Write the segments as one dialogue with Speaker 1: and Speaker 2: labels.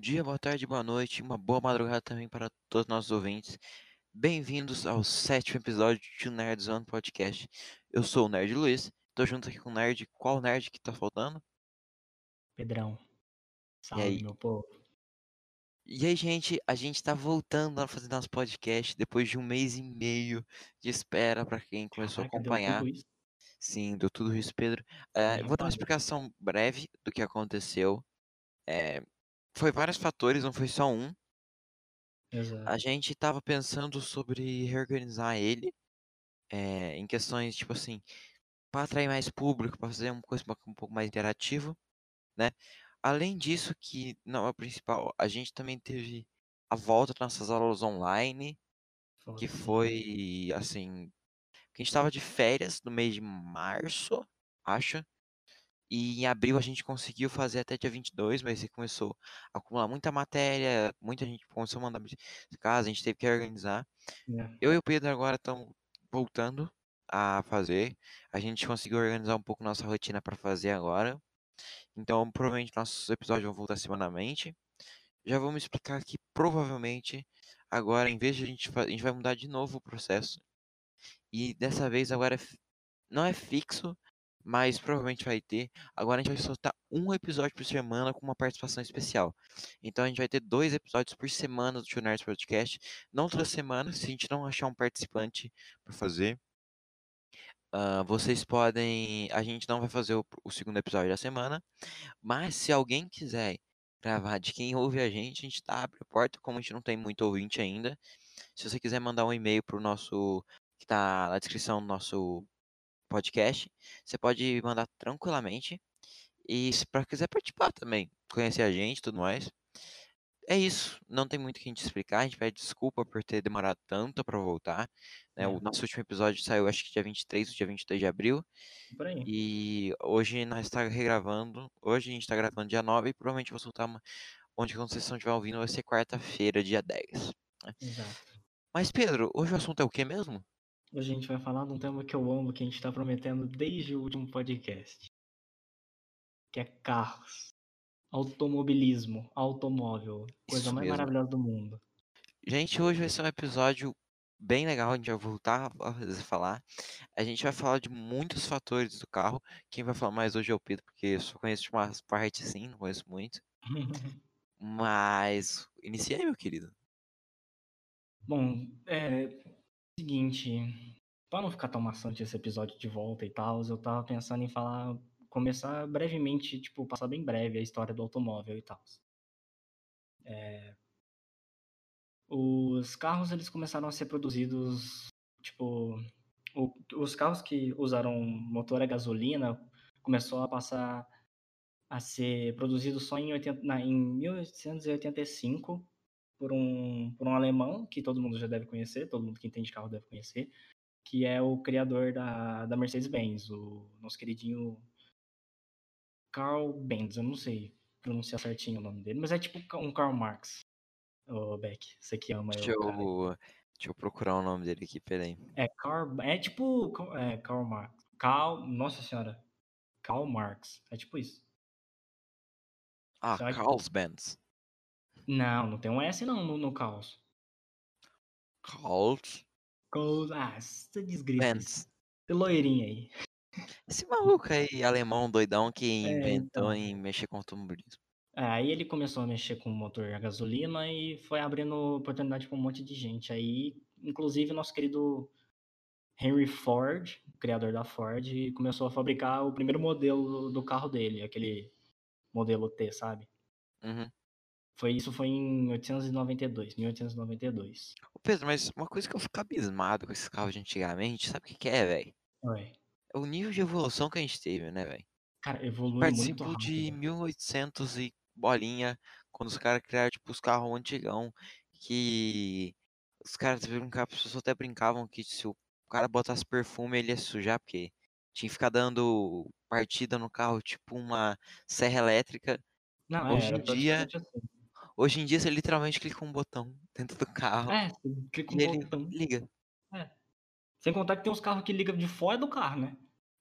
Speaker 1: dia, boa tarde, boa noite, uma boa madrugada também para todos os nossos ouvintes. Bem-vindos ao sétimo episódio do Nerd Zone Podcast. Eu sou o Nerd Luiz, tô junto aqui com o Nerd. Qual Nerd que tá faltando?
Speaker 2: Pedrão.
Speaker 1: aí?
Speaker 2: Salve, meu povo.
Speaker 1: E aí, gente, a gente tá voltando a fazer nosso podcast depois de um mês e meio de espera para quem começou a
Speaker 2: Caraca, deu um
Speaker 1: acompanhar.
Speaker 2: tudo isso?
Speaker 1: Sim, deu tudo isso, Pedro. Eh,
Speaker 2: Sim,
Speaker 1: vou dar uma
Speaker 2: rapaz.
Speaker 1: explicação breve do que aconteceu. Eh, foi vários fatores, não foi só um.
Speaker 2: Exato.
Speaker 1: A gente tava pensando sobre reorganizar ele eh, em questões, tipo assim, para atrair mais público, para fazer uma coisa um pouco mais interativa, né? Além disso, que não é o principal, a gente também teve a volta das nossas aulas online,
Speaker 2: Foda,
Speaker 1: que
Speaker 2: sim.
Speaker 1: foi assim. que A gente tava de férias no mês de março, acho. E em abril a gente conseguiu fazer até dia 22, mas aí começou a acumular muita matéria, muita gente começou a mandar de casa, a gente teve que organizar.
Speaker 2: É.
Speaker 1: Eu e o Pedro agora estamos voltando a fazer. A gente conseguiu organizar um pouco nossa rotina para fazer agora. Então, provavelmente nossos episódios vão voltar semanalmente. Já vamos explicar que provavelmente agora, em vez de a gente, fa- a gente vai mudar de novo o processo. E dessa vez agora é fi- não é fixo, mas provavelmente vai ter. Agora a gente vai soltar um episódio por semana com uma participação especial. Então a gente vai ter dois episódios por semana do Tio Nerds Podcast. Não toda semana, se a gente não achar um participante para fazer. ah, vocês podem. A gente não vai fazer o, o segundo episódio da semana. Mas se alguém quiser gravar de quem ouve a gente, a gente tá, abre a porta, como a gente não tem muito ouvinte ainda. Se você quiser mandar um e-mail pro nosso. que tá na descrição do nosso podcast, você pode mandar tranquilamente. E se pra- quiser participar também, conhecer a gente e tudo mais. É isso, não tem muito o que a gente explicar. A gente pede desculpa por ter demorado tanto pra voltar. né, O
Speaker 2: É.
Speaker 1: nosso último episódio saiu, acho que dia 23 ou dia 22 de abril.
Speaker 2: Por aí.
Speaker 1: E hoje nós está regravando. Hoje a gente está gravando dia 9 e provavelmente vou soltar uma, onde quando vocês estiver ouvindo vai ser quarta-feira, dia 10. né.
Speaker 2: Exato.
Speaker 1: Mas Pedro, hoje o assunto é o que mesmo?
Speaker 2: Hoje a gente vai falar de um tema que eu amo, que a gente tá prometendo desde o último podcast. Que é carros. Automobilismo. Automóvel. Coisa
Speaker 1: Isso
Speaker 2: mais
Speaker 1: mesmo.
Speaker 2: maravilhosa do mundo.
Speaker 1: Gente, hoje vai ser um episódio bem legal, a gente vai voltar a fazer- falar. A gente vai falar de muitos fatores do carro. Quem vai falar mais hoje é o Pedro, porque eu só conheço umas partes sim, não conheço muito. Mas inicia aí, meu querido.
Speaker 2: Bom, é. Seguinte. Pra não ficar tão maçante esse episódio de volta e tal, eu tava pensando em falar. Começar brevemente, tipo, passar bem breve a história do automóvel e tal. os carros eles começaram a ser produzidos tipo o- os carros que usaram motor a gasolina começou a passar a ser produzido só em, 80, na, em 1885 por um, por um alemão que todo mundo já deve conhecer, todo mundo que entende carro deve conhecer, que é o criador da, da Mercedes-Benz, o nosso queridinho Karl Benz, eu não sei pronunciar certinho o nome dele, mas é tipo um Karl Marx, o Beck, você que ama
Speaker 1: Deixa
Speaker 2: o cara.
Speaker 1: eu, deixa eu procurar o nome dele aqui, peraí.
Speaker 2: É, Karl, é tipo Karl- é, Karl Marx. Karl, nossa senhora, Karl Marx. É tipo isso.
Speaker 1: Ah,
Speaker 2: Só que-
Speaker 1: Carlsbenz.
Speaker 2: não, não tem um S não no, no caos.
Speaker 1: Carlsbenz.
Speaker 2: Caos, ah, essa desgrima. Esse loirinho aí.
Speaker 1: Esse maluco aí, alemão doidão que
Speaker 2: É,
Speaker 1: inventou
Speaker 2: então.
Speaker 1: em mexer com automobilismo.
Speaker 2: É, Aí ele começou a mexer com o motor a gasolina e foi abrindo oportunidade para um monte de gente. Aí, inclusive, nosso querido Henry Ford, o criador da Ford, começou a fabricar o primeiro modelo do carro dele, aquele modelo T, sabe?
Speaker 1: Uhum.
Speaker 2: Foi, isso foi em 892, 1892.
Speaker 1: Ô, Pedro, mas uma coisa que eu fico abismado com esses carros de antigamente, sabe o que, que é, velho?
Speaker 2: Ué,
Speaker 1: É o nível de evolução que a gente teve, né, velho?
Speaker 2: cara, evolui muito
Speaker 1: Participou de
Speaker 2: rápido.
Speaker 1: 1800 e bolinha, quando os caras criaram, tipo, os carros antigão, que os caras brincavam, as pessoas até brincavam que se o cara botasse perfume ele ia sujar, porque tinha que ficar dando partida no carro, tipo uma serra elétrica.
Speaker 2: Não, é,
Speaker 1: Hoje
Speaker 2: era
Speaker 1: em dia,
Speaker 2: praticamente assim.
Speaker 1: hoje em dia você literalmente clica um botão dentro do carro
Speaker 2: É, você clica um
Speaker 1: e ele
Speaker 2: botão.
Speaker 1: liga.
Speaker 2: É. Sem contar que tem uns carros que ligam de fora do carro, né?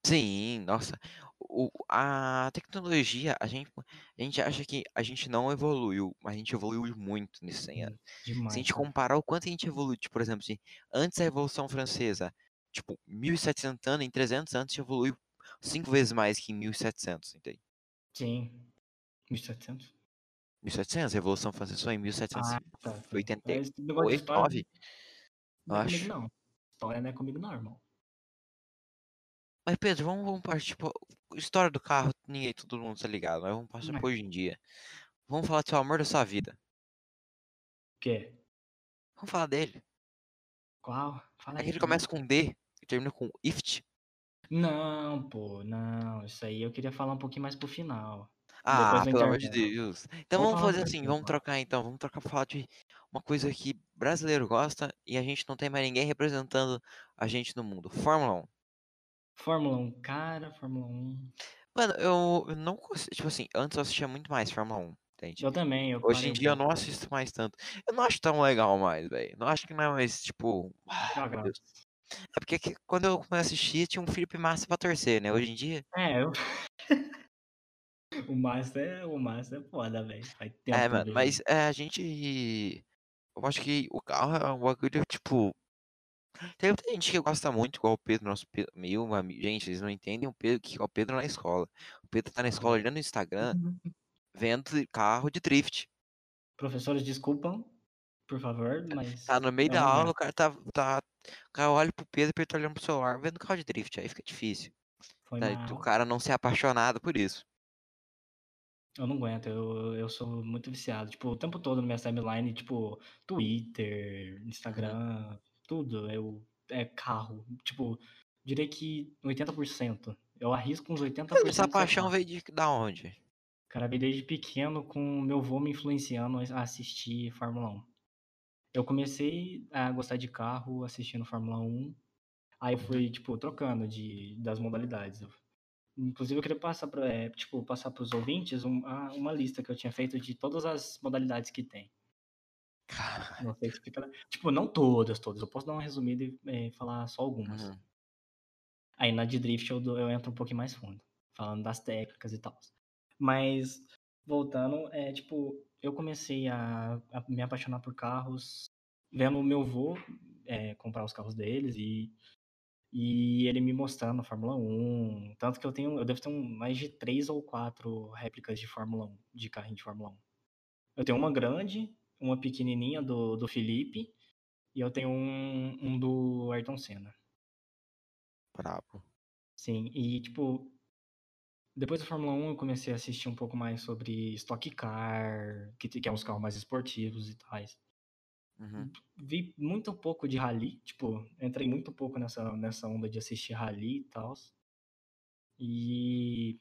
Speaker 1: Sim, nossa. O, a tecnologia, a gente, A gente acha que a gente não evoluiu, mas a gente evoluiu muito nesses 100 anos.
Speaker 2: Demais.
Speaker 1: Se a gente
Speaker 2: cara.
Speaker 1: comparar o quanto a gente evoluiu, tipo, por exemplo, assim, antes da Revolução Francesa, tipo, 1700 anos, em 300 anos, a gente evoluiu cinco vezes mais que em 1700, entende?
Speaker 2: Sim. 1700?
Speaker 1: 1700, a Revolução Francesa foi em
Speaker 2: Ah, tá. tá. É,
Speaker 1: 1789.
Speaker 2: Esse negócio de história não é
Speaker 1: acho.
Speaker 2: comigo, não. História não é comigo, não, irmão.
Speaker 1: Mas Pedro, vamos, vamos partir, tipo, história do carro, ninguém, todo mundo tá ligado, mas vamos passar
Speaker 2: Né?
Speaker 1: pra hoje em dia. Vamos falar do seu amor da sua vida.
Speaker 2: O quê?
Speaker 1: Vamos falar dele.
Speaker 2: Qual? Fala
Speaker 1: Aquele
Speaker 2: aí.
Speaker 1: que
Speaker 2: irmão.
Speaker 1: começa com D e termina com IFT.
Speaker 2: Não, pô, não. Isso aí eu queria falar um pouquinho mais pro final.
Speaker 1: Ah,
Speaker 2: da
Speaker 1: pelo amor de
Speaker 2: internet.
Speaker 1: Deus. Então
Speaker 2: Vamos
Speaker 1: vamos
Speaker 2: falar
Speaker 1: fazer
Speaker 2: do
Speaker 1: assim,
Speaker 2: Brasil,
Speaker 1: vamos
Speaker 2: então.
Speaker 1: trocar então, vamos trocar pra falar de uma coisa que brasileiro gosta e a gente não tem mais ninguém representando a gente no mundo. Fórmula 1.
Speaker 2: Fórmula 1, cara, Fórmula 1.
Speaker 1: Mano, eu eu não consigo, tipo assim, antes eu assistia muito mais Fórmula 1, entende?
Speaker 2: Eu também, eu
Speaker 1: Hoje
Speaker 2: parei
Speaker 1: em
Speaker 2: um
Speaker 1: dia eu
Speaker 2: pouco.
Speaker 1: não assisto mais tanto. Eu não acho tão legal mais, velho. Não acho que não é mais, tipo.
Speaker 2: Não
Speaker 1: Ah, meu
Speaker 2: agrada.
Speaker 1: Deus. É porque que- quando eu comecei a assistir, tinha um Felipe Massa pra torcer, né? Hoje em dia.
Speaker 2: É, eu... o Márcio é, o Márcio é foda, velho. Faz tempo
Speaker 1: É,
Speaker 2: que eu não
Speaker 1: mano,
Speaker 2: vejo ele.
Speaker 1: mas é, a gente. Eu acho que o carro é um bagulho, tipo. Tem muita gente que gosta muito, igual o Pedro, nosso Pedro, meu amigo. Gente, eles não entendem o Pedro, que é o Pedro na escola. O Pedro tá na escola olhando no Instagram,
Speaker 2: Uhum.
Speaker 1: vendo carro de drift.
Speaker 2: Professores, desculpam, por favor, mas
Speaker 1: Tá no meio
Speaker 2: é
Speaker 1: da
Speaker 2: um
Speaker 1: aula,
Speaker 2: momento.
Speaker 1: o cara tá. tá o cara olha pro Pedro, o Pedro tá olhando pro celular, vendo carro de drift. Aí fica difícil.
Speaker 2: Foi
Speaker 1: né, do
Speaker 2: mal.
Speaker 1: cara não ser apaixonado por isso.
Speaker 2: Eu não aguento, eu, eu sou muito viciado. Tipo, o tempo todo na minha timeline, tipo, Twitter,
Speaker 1: Uhum.
Speaker 2: Instagram, tudo, eu é carro. Tipo, diria que 80%. Eu arrisco uns
Speaker 1: Mas essa
Speaker 2: 80% ser
Speaker 1: paixão
Speaker 2: carro.
Speaker 1: veio de da onde?
Speaker 2: Cara, veio desde pequeno com meu vô me influenciando a assistir Fórmula 1. Eu comecei a gostar de carro assistindo Fórmula 1. Aí eu
Speaker 1: Uhum.
Speaker 2: fui, tipo, trocando de, das modalidades. Eu- Inclusive, eu queria passar para é, tipo, passar os ouvintes um- a- uma lista que eu tinha feito de todas as modalidades que tem.
Speaker 1: Caralho.
Speaker 2: Não sei se fica. Tipo, não todas, todas. Eu posso dar uma resumida e é, falar só algumas.
Speaker 1: Uhum.
Speaker 2: Aí na de drift eu, dou- eu entro um pouquinho mais fundo, falando das técnicas e tal. Mas, voltando, é tipo, eu comecei a, a me apaixonar por carros, vendo o meu avô é, comprar os carros deles e, e ele me mostrando a Fórmula 1. Tanto que eu tenho, eu devo ter um, mais de três ou quatro réplicas de Fórmula 1, de carrinho de Fórmula 1. Eu tenho uma grande, uma pequenininha do, do Felipe e eu tenho um, um do Ayrton Senna.
Speaker 1: Brabo.
Speaker 2: Sim, e tipo, Depois da Fórmula 1, eu comecei a assistir um pouco mais sobre Stock Car, que, te- que é uns carros mais esportivos e tais.
Speaker 1: Uhum.
Speaker 2: Vi muito pouco de rally, tipo, entrei muito pouco nessa, nessa onda de assistir rally e tals. E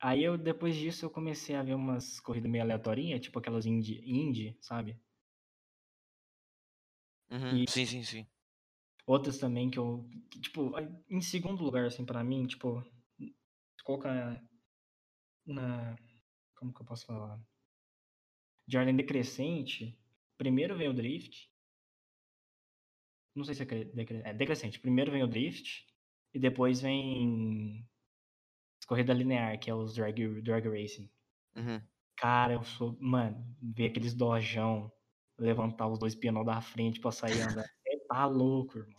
Speaker 2: aí eu, depois disso, eu comecei a ver umas corridas meio aleatórias, tipo aquelas indie, indie, sabe?
Speaker 1: Uhum.
Speaker 2: E
Speaker 1: Sim, sim, sim.
Speaker 2: outras também que eu, que, tipo, aí, em segundo lugar, assim, pra mim, tipo, colocar na, como que eu posso falar? De ordem decrescente, primeiro vem o drift, Não sei se é, cre- decre- é decrescente. Primeiro vem o drift e depois vem corrida linear, que é os drag, drag racing.
Speaker 1: Uhum.
Speaker 2: Cara, eu sou. Mano, ver aqueles dojão levantar os dois pianos da frente pra sair andando. Você tá louco, irmão.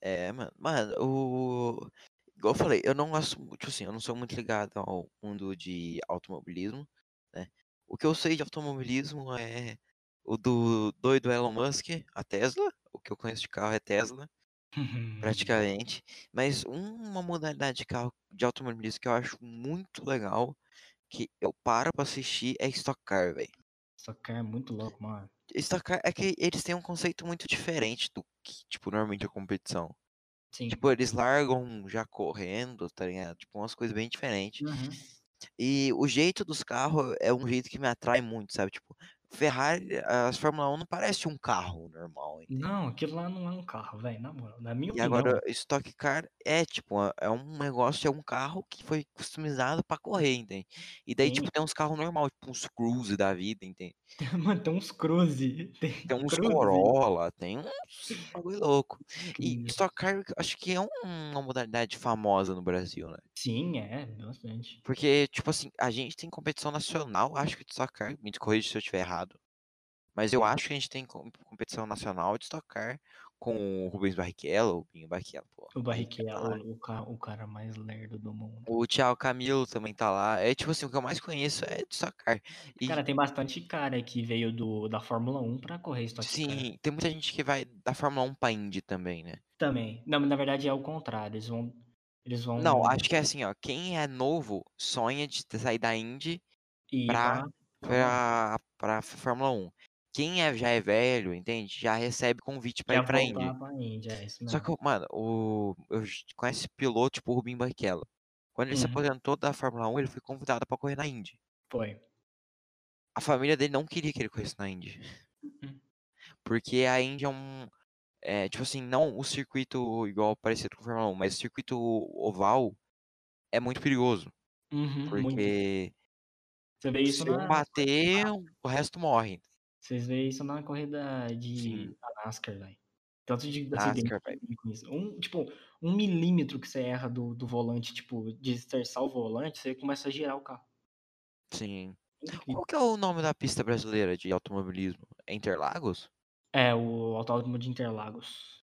Speaker 1: É, mano. Mano, o. Igual eu falei, eu não gosto muito, assim, eu não sou muito ligado ao mundo de automobilismo, né? O que eu sei de automobilismo é o do doido Elon Musk, a Tesla. O que eu conheço de carro é Tesla.
Speaker 2: Uhum.
Speaker 1: praticamente. Mas uma modalidade de carro de automobilismo que eu acho muito legal, que eu paro pra assistir, é Stock Car, velho.
Speaker 2: Essa cara é muito louco, mano.
Speaker 1: Stock Car é que eles têm um conceito muito diferente do que, tipo, normalmente a competição.
Speaker 2: Sim.
Speaker 1: Tipo, eles largam já correndo, tá ligado? Tipo, umas coisas bem diferentes.
Speaker 2: Uhum.
Speaker 1: E o jeito dos carros é um jeito que me atrai muito, sabe? Tipo, Ferrari, as Fórmula 1 não parece um carro normal. entende?
Speaker 2: Não, aquilo lá não é um carro, velho, na moral. Na minha
Speaker 1: E
Speaker 2: opinião,
Speaker 1: agora, Stock Car é tipo, uma- é um negócio, é um carro que foi customizado pra correr, entende? E daí,
Speaker 2: Sim.
Speaker 1: tipo, tem uns carros normais, tipo uns Cruze da vida, entende?
Speaker 2: mano, tem uns Cruze. Tem
Speaker 1: Tem uns
Speaker 2: Cruze.
Speaker 1: Corolla, tem uns bagulho louco. E
Speaker 2: Incrível.
Speaker 1: Stock Car, acho que é um- uma modalidade famosa no Brasil, né?
Speaker 2: Sim, é, bastante.
Speaker 1: Porque, tipo assim, a gente tem competição nacional, acho que de Stock Car, me corrija se eu estiver errado, mas eu acho que a gente tem com- competição nacional de Stock Car com o Rubens Barrichello, o Binho Barrichello, pô.
Speaker 2: O
Speaker 1: Ele tá
Speaker 2: Barrichello,
Speaker 1: lá.
Speaker 2: né? o, o, ca- o cara mais lerdo do mundo.
Speaker 1: O Thiago Camilo também tá lá. É tipo assim, o que eu mais conheço é de Stock Car. E
Speaker 2: Cara, tem bastante cara que veio do, da Fórmula 1 pra correr Stock Car.
Speaker 1: sim, tipo assim, tem muita gente que vai da Fórmula 1 pra Indy também, né?
Speaker 2: Também. Não, na verdade é o contrário. Eles vão. Eles
Speaker 1: Não,
Speaker 2: vão
Speaker 1: acho que é assim, ó. Quem é novo sonha de ter- sair da Indy
Speaker 2: ir
Speaker 1: pra,
Speaker 2: pra Fórmula 1.
Speaker 1: pra, pra Fórmula 1. Quem é, já é velho, entende? Já recebe convite pra
Speaker 2: Já
Speaker 1: ir pra Indy.
Speaker 2: voltar pra Índia, é isso
Speaker 1: Só
Speaker 2: mesmo.
Speaker 1: que, mano, o, eu j- conheço esse piloto, tipo, o Rubinho Barrichello. Quando ele se
Speaker 2: Uhum.
Speaker 1: aposentou da Fórmula 1, ele foi convidado pra correr na Indy.
Speaker 2: Foi.
Speaker 1: A família dele não queria que ele corresse na Indy.
Speaker 2: Uhum.
Speaker 1: Porque a Indy é um. É, tipo assim, não o circuito igual parecido com o Fórmula 1, mas o circuito oval é muito perigoso.
Speaker 2: Uhum, muito.
Speaker 1: Porque
Speaker 2: Você vê isso é
Speaker 1: se um
Speaker 2: na.
Speaker 1: bater, o resto morre.
Speaker 2: Vocês veem isso na corrida de
Speaker 1: Sim,
Speaker 2: da NASCAR, velho. Tanto de acidente
Speaker 1: NASCAR,
Speaker 2: que
Speaker 1: velho.
Speaker 2: tem com isso. Um, tipo, um milímetro que você erra do, do volante, tipo, de esterçar o volante, você começa a girar o carro.
Speaker 1: Sim. Qual
Speaker 2: Incrível.
Speaker 1: que é o nome da pista brasileira de automobilismo? É Interlagos?
Speaker 2: É, o Autódromo de Interlagos.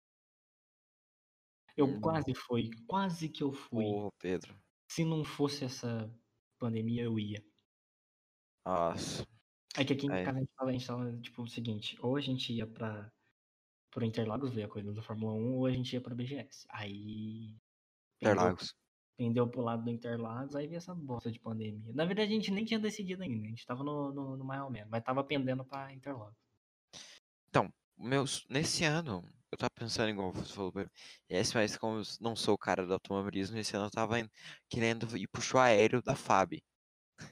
Speaker 2: Eu
Speaker 1: Hum,
Speaker 2: quase fui, quase que eu fui.
Speaker 1: Porra, Pedro.
Speaker 2: Se não fosse essa pandemia, eu ia.
Speaker 1: Nossa.
Speaker 2: É que aqui em
Speaker 1: Aí.
Speaker 2: casa a gente tava, a gente tava, tipo, o seguinte, ou a gente ia pra, pro Interlagos ver a corrida da Fórmula 1, ou a gente ia pra BGS. Aí pendeu,
Speaker 1: Interlagos.
Speaker 2: pendeu pro lado do Interlagos, aí veio essa bosta de pandemia. Na verdade, a gente nem tinha decidido ainda, a gente tava no, no, no mais ou menos, mas tava pendendo pra Interlagos.
Speaker 1: Então, meus, nesse ano, eu tava pensando igual você falou, pra mim, esse, mas como eu s- não sou o cara do automobilismo, esse ano eu tava in- querendo ir pro show aéreo da FAB.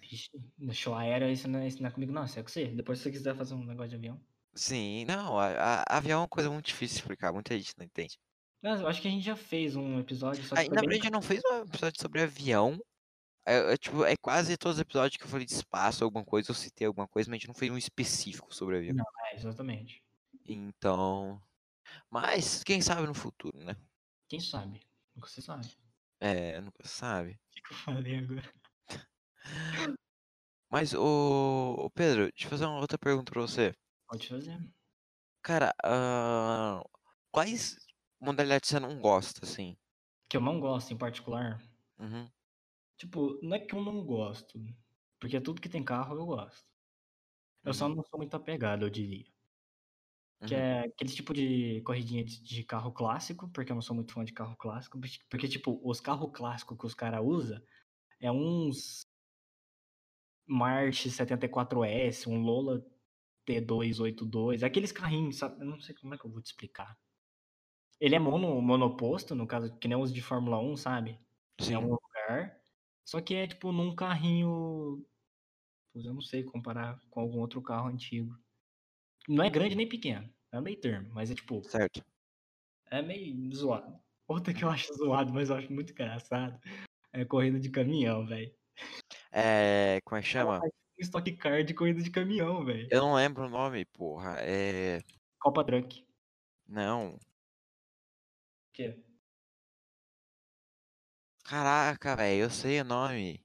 Speaker 2: Vixe, no show aéreo, isso não, é- isso não é comigo não, isso é com você. Depois se você quiser fazer um negócio de avião.
Speaker 1: Sim, não, a, a- avião é uma coisa muito difícil de explicar, muita gente não entende.
Speaker 2: Mas eu acho que a gente já fez um episódio, só
Speaker 1: Ah,
Speaker 2: que
Speaker 1: e
Speaker 2: foi
Speaker 1: na
Speaker 2: bem...
Speaker 1: verdade eu não fiz um episódio sobre avião, é, é tipo, é quase todos os episódios que eu falei de espaço, alguma coisa, eu citei alguma coisa, mas a gente não fez um específico sobre avião.
Speaker 2: Não, é, exatamente.
Speaker 1: Então, mas quem sabe no futuro, né?
Speaker 2: Quem sabe? Nunca se sabe. O
Speaker 1: É, nunca se sabe.
Speaker 2: que, que eu falei agora?
Speaker 1: Mas, ô, ô Pedro, deixa eu fazer uma outra pergunta pra você.
Speaker 2: Pode fazer.
Speaker 1: Cara, ah, quais modalidades você não gosta, assim?
Speaker 2: Que eu não gosto em particular.
Speaker 1: Uhum.
Speaker 2: Tipo, não é que eu não gosto. Porque tudo que tem carro eu gosto. Eu só
Speaker 1: Uhum.
Speaker 2: não sou muito apegado, eu diria. Que
Speaker 1: Uhum.
Speaker 2: é aquele tipo de corridinha de, de carro clássico, porque eu não sou muito fã de carro clássico. porque- Porque, tipo, os carros clássicos que os caras usam é uns March 74S, um Lola T282, aqueles carrinhos, sabe? Eu não sei como é que eu vou te explicar. Ele é mono, monoposto, no caso, que nem os de Fórmula 1, sabe? É um
Speaker 1: Sim.
Speaker 2: lugar. Só que é tipo num carrinho. Pô, Eu não sei comparar com algum outro carro antigo. Não é grande nem pequeno. É meio termo, mas é tipo.
Speaker 1: Certo.
Speaker 2: É meio zoado. Outra que eu acho zoado, mas eu acho muito engraçado. É corrida de caminhão, velho.
Speaker 1: É, como é que
Speaker 2: É uma
Speaker 1: chama? É.
Speaker 2: parte de Stock Car de corrida de caminhão, velho.
Speaker 1: Eu não lembro o nome, porra. É.
Speaker 2: Copa Truck.
Speaker 1: Não.
Speaker 2: Que?
Speaker 1: Caraca, velho, eu sei o nome.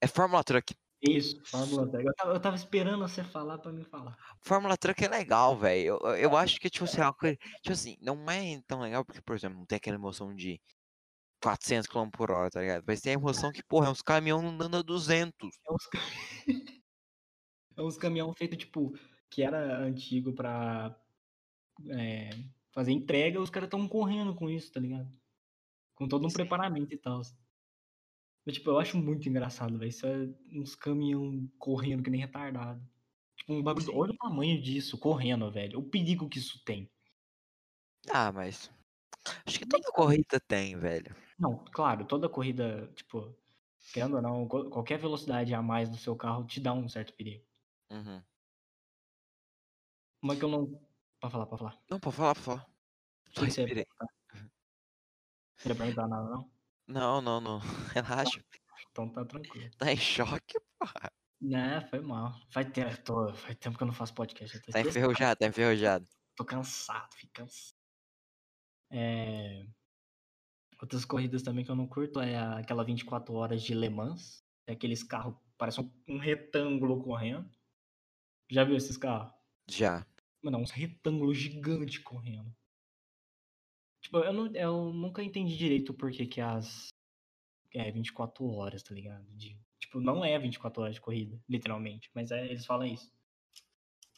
Speaker 1: É Fórmula Truck.
Speaker 2: Isso, Fórmula Truck. Eu tava, eu tava esperando você falar pra me falar.
Speaker 1: Fórmula Truck é legal, velho. Eu, eu eu acho que, tipo assim, é uma coisa- tipo assim, não é tão legal porque, por exemplo, não tem aquela emoção de 400 km por hora, tá ligado? Mas tem a emoção que, porra, é uns caminhões andando a 200.
Speaker 2: É uns, ca- é uns caminhão feito, tipo, que era antigo pra é, fazer entrega, os caras tão correndo com isso, tá ligado? Com todo um preparamento e tal. Mas, tipo, eu acho muito engraçado, velho. Isso é uns caminhão correndo que nem retardado. Tipo, um bagulho. Olha o
Speaker 1: Sim.
Speaker 2: tamanho disso, correndo, velho. O perigo que isso tem.
Speaker 1: Ah, mas. Acho que
Speaker 2: Nem
Speaker 1: toda
Speaker 2: sabe.
Speaker 1: corrida tem, velho.
Speaker 2: Não, claro, toda corrida, tipo, querendo ou não, qual- qualquer velocidade a mais do seu carro te dá um certo perigo.
Speaker 1: Uhum.
Speaker 2: Uma que eu não. Pra falar, pra falar.
Speaker 1: Não, pode falar, pode falar. Só
Speaker 2: O que que você
Speaker 1: respirei.
Speaker 2: Não ia perguntar nada, não?
Speaker 1: Não, não, não. Relaxa.
Speaker 2: Então tá tranquilo.
Speaker 1: Tá em choque, Tá porra.
Speaker 2: Né, foi mal. Faz tempo, eu tô- faz tempo que eu não faço podcast. Eu tô,
Speaker 1: Tá
Speaker 2: estressado,
Speaker 1: enferrujado, tá enferrujado.
Speaker 2: tô cansado, fico cansado. É, Outras corridas também que eu não curto é a- aquela 24 horas de Le Mans. É aqueles carros, que parece um, um retângulo correndo. Já viu esses carros?
Speaker 1: Já.
Speaker 2: Mano, é uns retângulos gigantes correndo. Tipo, eu, não- eu nunca entendi direito por que que as é 24 horas, tá ligado? De- tipo, não é 24 horas de corrida, literalmente, mas é- eles falam isso.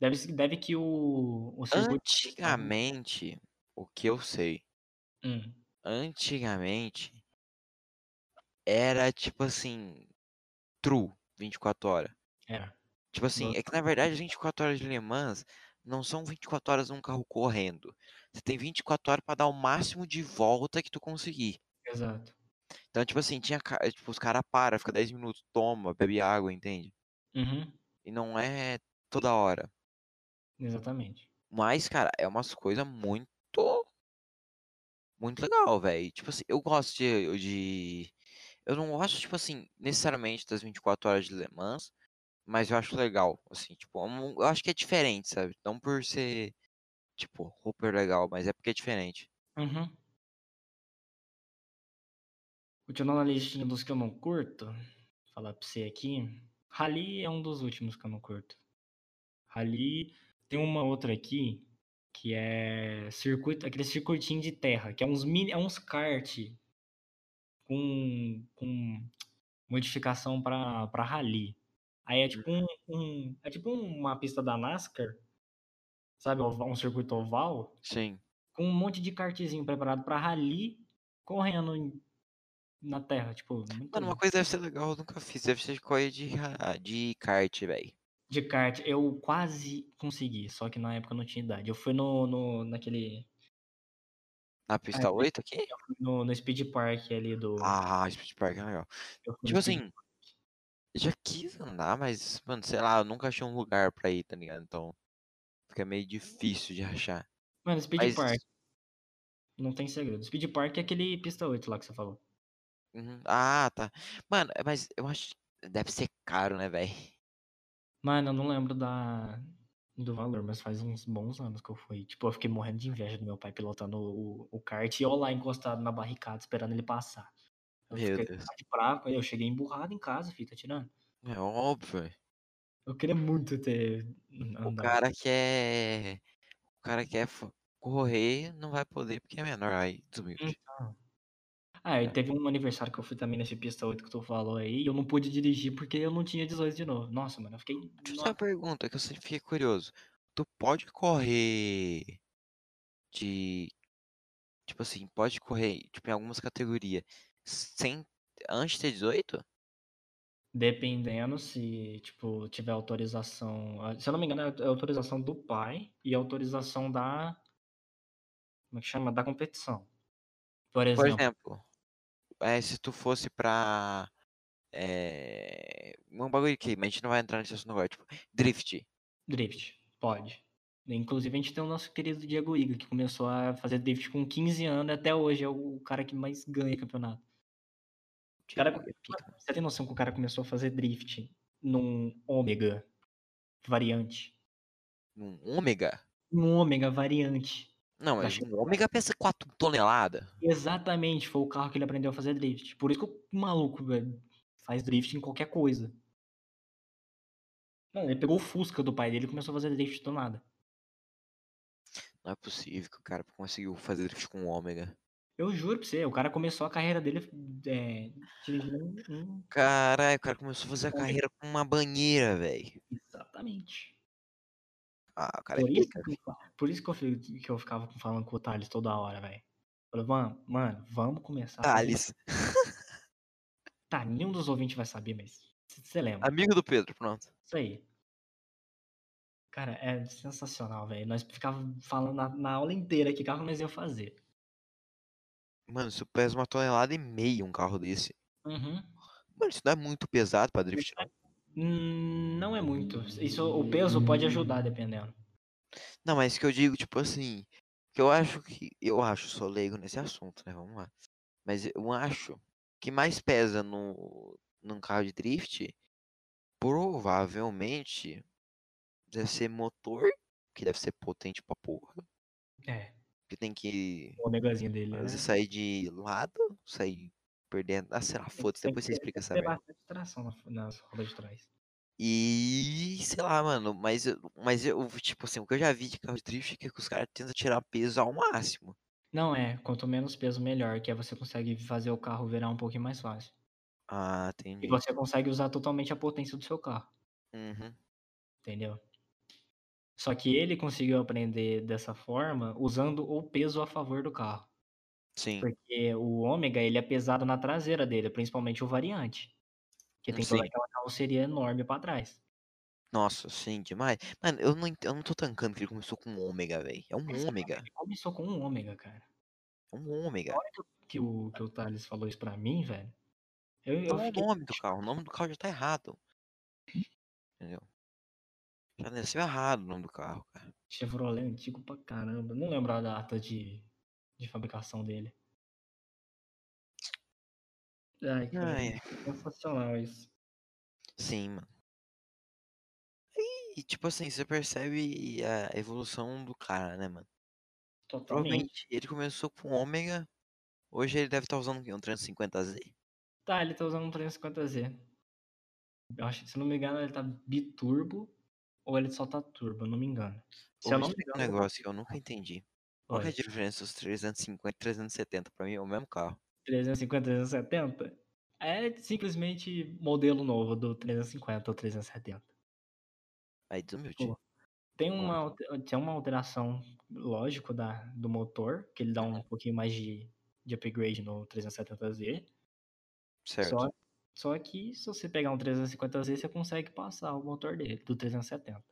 Speaker 2: Deve, se- deve que o, o circuito.
Speaker 1: Antigamente, o que eu sei,
Speaker 2: Hum,
Speaker 1: antigamente era tipo assim, true, 24 horas.
Speaker 2: era.
Speaker 1: Tipo assim,
Speaker 2: Boa.
Speaker 1: é que na verdade as 24 horas de Le Mans não são 24 horas num carro correndo. Você tem 24 horas pra dar o máximo de volta que tu conseguir.
Speaker 2: Exato.
Speaker 1: Então, tipo assim, tinha, ca- tipo, os caras param, fica 10 minutos, toma, bebe água, entende?
Speaker 2: Uhum,
Speaker 1: E não é toda hora.
Speaker 2: exatamente.
Speaker 1: Mas, cara, é umas coisas muito, muito legal, velho. Tipo assim, eu gosto de, de- Eu não gosto, tipo assim, necessariamente das 24 horas de Le Mans, mas eu acho legal, assim, tipo, é um- eu acho que é diferente, sabe? Não por ser, tipo, super legal, mas é porque é diferente.
Speaker 2: Uhum. Continuando na listinha dos que eu não curto, vou falar pra você aqui. Rally é um dos últimos que eu não curto. Rally tem uma outra aqui que é circuito, aquele circuitinho de terra, que é uns mini, é uns kart com, com modificação pra pra rally. Aí é tipo um, um- é tipo uma pista da NASCAR, sabe, oval- um circuito oval
Speaker 1: Sim.
Speaker 2: com um monte de kartzinho preparado pra rally correndo em- na terra, tipo,
Speaker 1: Mano, uma
Speaker 2: muito
Speaker 1: coisa deve ser legal, eu nunca fiz, deve ser coisa de, ra- de kart, velho.
Speaker 2: De kart, eu quase consegui, só que na época eu não tinha idade. Eu fui no, no naquele.
Speaker 1: Na
Speaker 2: ah,
Speaker 1: pista
Speaker 2: eu fui
Speaker 1: 8 aqui?
Speaker 2: No, no Speed Park ali do.
Speaker 1: Ah, Speed Park é legal.
Speaker 2: Eu fui no
Speaker 1: Tipo
Speaker 2: Speed
Speaker 1: assim, eu já quis andar, mas, mano, sei lá, eu nunca achei um lugar pra ir, tá ligado? Então fica meio difícil de achar.
Speaker 2: Mano, Speed Park,
Speaker 1: Mas.
Speaker 2: não tem segredo. Speed Park é aquele pista 8 lá que você falou.
Speaker 1: uhum, Ah, tá. Mano, é, mas eu acho. Deve ser caro, né, velho?
Speaker 2: Mano, eu não lembro da, do valor, mas faz uns bons anos que eu fui. Tipo, eu fiquei morrendo de inveja do meu pai pilotando o, o kart e eu lá encostado na barricada esperando ele passar. Eu
Speaker 1: Meu
Speaker 2: fiquei
Speaker 1: Deus.
Speaker 2: bravo, eu cheguei emburrado em casa, filho, tá tirando.
Speaker 1: É óbvio.
Speaker 2: Eu queria muito ter
Speaker 1: O
Speaker 2: andado.
Speaker 1: cara quer. O cara quer fo- correr, não vai poder porque é menor. Aí, desumilde.
Speaker 2: Então. Ah, e
Speaker 1: É.
Speaker 2: teve um aniversário que eu fui também nesse pista 8 que tu falou aí, e eu não pude dirigir porque eu não tinha 18 de novo. Nossa, mano, eu fiquei.
Speaker 1: Deixa eu fazer
Speaker 2: nó-
Speaker 1: uma pergunta que eu sempre fiquei curioso. Tu pode correr de. Tipo assim, pode correr, tipo, em algumas categorias sem. Antes de ter 18?
Speaker 2: Dependendo se, tipo, tiver autorização. ah, Se eu não me engano, é a autorização do pai e a autorização da. Como é que chama? Da competição. Por
Speaker 1: Por
Speaker 2: exemplo.
Speaker 1: exemplo, é, se tu fosse pra. É... Um bagulho que mas a gente não vai entrar nesse assunto agora. Tipo, drift.
Speaker 2: Drift, pode. Inclusive, a gente tem o nosso querido Diego Iga, que começou a fazer drift com 15 anos e até hoje é o cara que mais ganha campeonato. O cara,
Speaker 1: Digo, eu que-
Speaker 2: você tem noção que o cara começou a fazer drift num ômega variante?
Speaker 1: Um ômega?
Speaker 2: Um ômega variante.
Speaker 1: Não,
Speaker 2: da
Speaker 1: mas
Speaker 2: Chevrolet.
Speaker 1: um ômega pesa 4 toneladas.
Speaker 2: Exatamente, foi o carro que ele aprendeu a fazer drift. Por isso que o maluco, velho, faz drift em qualquer coisa. Mano, ele pegou o Fusca do pai dele e começou a fazer drift do nada.
Speaker 1: Não é possível que o cara conseguiu fazer drift com um ômega.
Speaker 2: Eu juro pra você, o cara começou a carreira dele é, dirigindo um
Speaker 1: Caralho, o cara começou a fazer a
Speaker 2: ômega.
Speaker 1: carreira com uma banheira, velho.
Speaker 2: Exatamente.
Speaker 1: Ah, o cara é
Speaker 2: Por isso,
Speaker 1: pica,
Speaker 2: que eu,
Speaker 1: velho.
Speaker 2: fa- por isso que, eu, fi- que eu ficava falando com o Thales toda hora, velho. Falei, mano, mano, vamos começar a fazer.
Speaker 1: Thales.
Speaker 2: Tá, nenhum dos ouvintes vai saber, mas você lembra.
Speaker 1: Amigo do Pedro, pronto.
Speaker 2: Isso aí. Cara, é sensacional, velho. Nós ficávamos falando na, na aula inteira que carro nós ia fazer.
Speaker 1: Mano, isso pesa uma tonelada e meia um carro desse.
Speaker 2: Uhum.
Speaker 1: Mano, isso não é muito pesado pra drift, não?
Speaker 2: Hum, Não é muito. Isso, o peso pode ajudar, dependendo.
Speaker 1: Não, mas que eu digo, tipo assim, que eu acho que. Eu acho, sou leigo nesse assunto, né? Vamos lá. Mas eu acho que mais pesa no, num carro de drift, provavelmente, deve ser motor, que deve ser potente pra porra.
Speaker 2: É,
Speaker 1: Que tem que
Speaker 2: o negazinho dele.
Speaker 1: às
Speaker 2: né?
Speaker 1: vezes, sair de lado, sair perdendo. Ah, sei lá, foda-se,
Speaker 2: Tem que
Speaker 1: depois você
Speaker 2: ter-
Speaker 1: explica
Speaker 2: tem que
Speaker 1: essa
Speaker 2: ter
Speaker 1: merda.
Speaker 2: bastante tração na- nas rodas de trás.
Speaker 1: E sei lá, mano, mas, eu- mas eu, tipo assim, o que eu já vi de carro de drift é que os caras tentam tirar peso ao máximo.
Speaker 2: Não é, quanto menos peso, melhor, que aí você consegue fazer o carro virar um pouquinho mais fácil.
Speaker 1: Ah,
Speaker 2: E
Speaker 1: entendi.
Speaker 2: você consegue usar totalmente a potência do seu carro,
Speaker 1: Uhum.
Speaker 2: entendeu? Só que ele conseguiu aprender dessa forma usando o peso a favor do carro.
Speaker 1: Sim,
Speaker 2: Porque o ômega ele é pesado na traseira dele, principalmente o variante. Que
Speaker 1: hum,
Speaker 2: tem toda
Speaker 1: sim.
Speaker 2: aquela carroceria enorme pra trás.
Speaker 1: Nossa, sim, demais. Mano, eu não, ent- eu não tô tancando que ele começou com ômega, velho. É um ômega.
Speaker 2: Ele começou com um ômega, cara.
Speaker 1: É um ômega.
Speaker 2: Na hora que, eu- que o, que o Thales falou isso pra mim, velho, eu, eu
Speaker 1: Então é o
Speaker 2: fiquei.
Speaker 1: nome do carro. O nome do carro já tá errado. Entendeu? Já nasceu errado o nome do carro, cara.
Speaker 2: Chevrolet antigo pra caramba. Não lembro a data de, de fabricação dele. Ai, cara,
Speaker 1: Ah, é.
Speaker 2: sensacional isso.
Speaker 1: Sim, mano. E tipo assim, você percebe a evolução do cara, né, mano?
Speaker 2: Totalmente.
Speaker 1: Provavelmente ele começou com ômega. Hoje ele deve estar usando o quê? um 350Z.
Speaker 2: Tá, ele tá usando um 350Z. Eu acho, se não me engano, ele tá biturbo ou ele só tá turbo, eu não me engano. Se
Speaker 1: Ou
Speaker 2: eu
Speaker 1: me
Speaker 2: não me
Speaker 1: explica um
Speaker 2: engano,
Speaker 1: negócio que eu nunca entendi. Qual que é a
Speaker 2: olha,
Speaker 1: diferença dos 350 e 370? Pra mim é o mesmo carro.
Speaker 2: 350, 370 é simplesmente modelo novo do 350 ou 370.
Speaker 1: Aí desumilde.
Speaker 2: Tipo, tem
Speaker 1: Vamos
Speaker 2: uma,
Speaker 1: lá.
Speaker 2: alter- tem uma alteração, lógico, da, do motor, que ele dá um
Speaker 1: Uhum.
Speaker 2: pouquinho mais de, de upgrade no 370Z.
Speaker 1: Certo.
Speaker 2: Só, só que se você pegar um 350Z, você consegue passar o motor dele, do 370.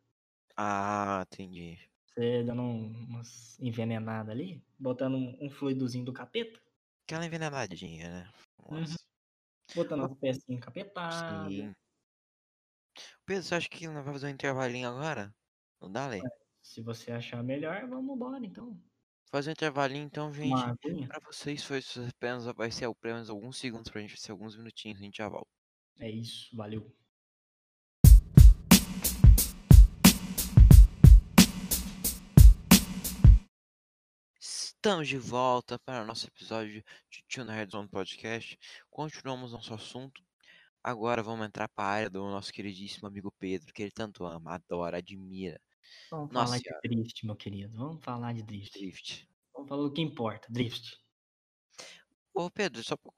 Speaker 1: Ah, entendi.
Speaker 2: Você dando um- umas envenenadas ali, botando um, um fluidozinho do capeta,
Speaker 1: Aquela envenenadinha, né?
Speaker 2: Uhum. Ah,
Speaker 1: Nossa.
Speaker 2: botando
Speaker 1: Ô,
Speaker 2: as peças encapetadas.
Speaker 1: Ah. Sim. Pedro, você acha que não vai fazer um intervalinho agora? Não dá, Lê?
Speaker 2: Se você achar melhor, vamos embora então.
Speaker 1: Fazer um intervalinho, então,
Speaker 2: Uma
Speaker 1: gente.
Speaker 2: aguinha?
Speaker 1: Pra vocês, foi isso apenas, vai ser apenas alguns segundos pra gente, vai ser alguns minutinhos, a gente já volta.
Speaker 2: É isso, valeu.
Speaker 1: Estamos de volta para o nosso episódio de Tio Nerd Zone Podcast. Continuamos nosso assunto. Agora vamos entrar para a área do nosso queridíssimo amigo Pedro, que ele tanto ama, adora, admira.
Speaker 2: Vamos
Speaker 1: Nossa
Speaker 2: falar de
Speaker 1: senhora,
Speaker 2: drift, meu querido. Vamos falar de drift.
Speaker 1: drift.
Speaker 2: Vamos falar do que importa, drift.
Speaker 1: Ô Pedro, só para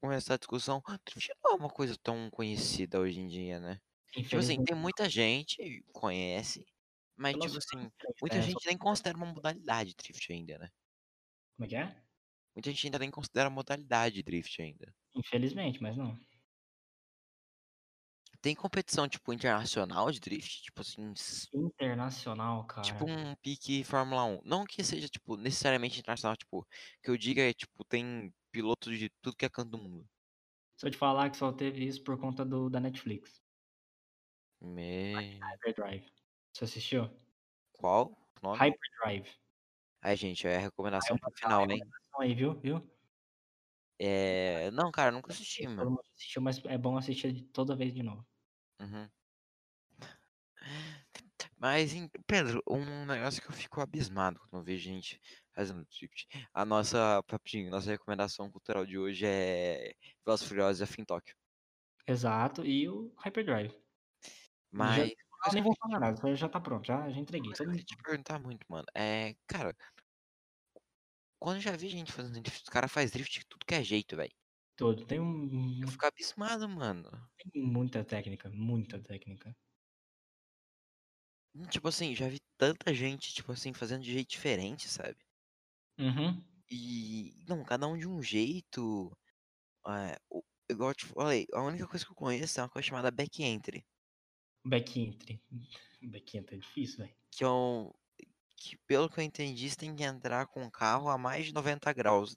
Speaker 1: começar a discussão, drift não é uma coisa tão conhecida hoje em dia, né? Tipo assim,
Speaker 2: Infelizmente,
Speaker 1: tem muita gente que conhece, mas
Speaker 2: eu não
Speaker 1: tipo
Speaker 2: sou
Speaker 1: assim,
Speaker 2: drift,
Speaker 1: muita
Speaker 2: né? Sou...
Speaker 1: gente nem considera uma modalidade drift ainda, né?
Speaker 2: Como é que é?
Speaker 1: Muita gente ainda nem considera modalidade drift ainda.
Speaker 2: Infelizmente, mas não.
Speaker 1: Tem competição, tipo, internacional de drift, tipo assim, s-
Speaker 2: Internacional,
Speaker 1: tipo
Speaker 2: cara.
Speaker 1: um pique Fórmula 1. Não que seja, tipo, necessariamente internacional, tipo, que eu diga é, tipo, tem pilotos de tudo que é canto do mundo.
Speaker 2: Se eu te falar que só teve isso por conta do, da Netflix.
Speaker 1: Me...
Speaker 2: Hyperdrive. Você assistiu?
Speaker 1: Qual o nome?
Speaker 2: Hyperdrive.
Speaker 1: Aí, gente, é a
Speaker 2: Aí eu
Speaker 1: recomendação
Speaker 2: vou
Speaker 1: pro
Speaker 2: dar uma
Speaker 1: final, hein?
Speaker 2: recomendação aí, viu? viu?
Speaker 1: É... Não, cara, eu nunca
Speaker 2: Não sei
Speaker 1: assisti,
Speaker 2: se todo
Speaker 1: mano.
Speaker 2: mundo assistiu, mas é bom assistir de- toda vez de novo.
Speaker 1: Uhum. Mas, em- Pedro, um negócio que eu fico abismado quando eu vejo gente fazendo drift. A nossa, papinho, nossa recomendação cultural de hoje é Velozes e Furiosos e Afim Tóquio.
Speaker 2: Exato, e o Hyperdrive. Já,
Speaker 1: Mas, uma
Speaker 2: eu
Speaker 1: coisa
Speaker 2: nem
Speaker 1: que eu
Speaker 2: vou
Speaker 1: queria
Speaker 2: falar
Speaker 1: te,
Speaker 2: nada, já já tá pronto, já, já
Speaker 1: uma
Speaker 2: entreguei
Speaker 1: coisa que
Speaker 2: todo
Speaker 1: eu
Speaker 2: mundo.
Speaker 1: queria te perguntar muito, mano, é, cara, quando eu já vi gente fazendo drift, os caras fazem drift de tudo que é jeito, velho.
Speaker 2: Todo. Tem,
Speaker 1: Eu
Speaker 2: um-
Speaker 1: fico abismado, mano.
Speaker 2: tem muita técnica, muita técnica.
Speaker 1: Hum, Tipo assim, já vi tanta gente, tipo assim, fazendo de jeito diferente, sabe?
Speaker 2: Uhum.
Speaker 1: E, não, cada um de um jeito. É, o- igual eu te falei, a única coisa que eu conheço é uma coisa chamada back-entry.
Speaker 2: Back-entry. Back-entry é difícil, velho.
Speaker 1: que é um, que pelo que eu entendi, você tem que entrar com o carro a mais de 90 graus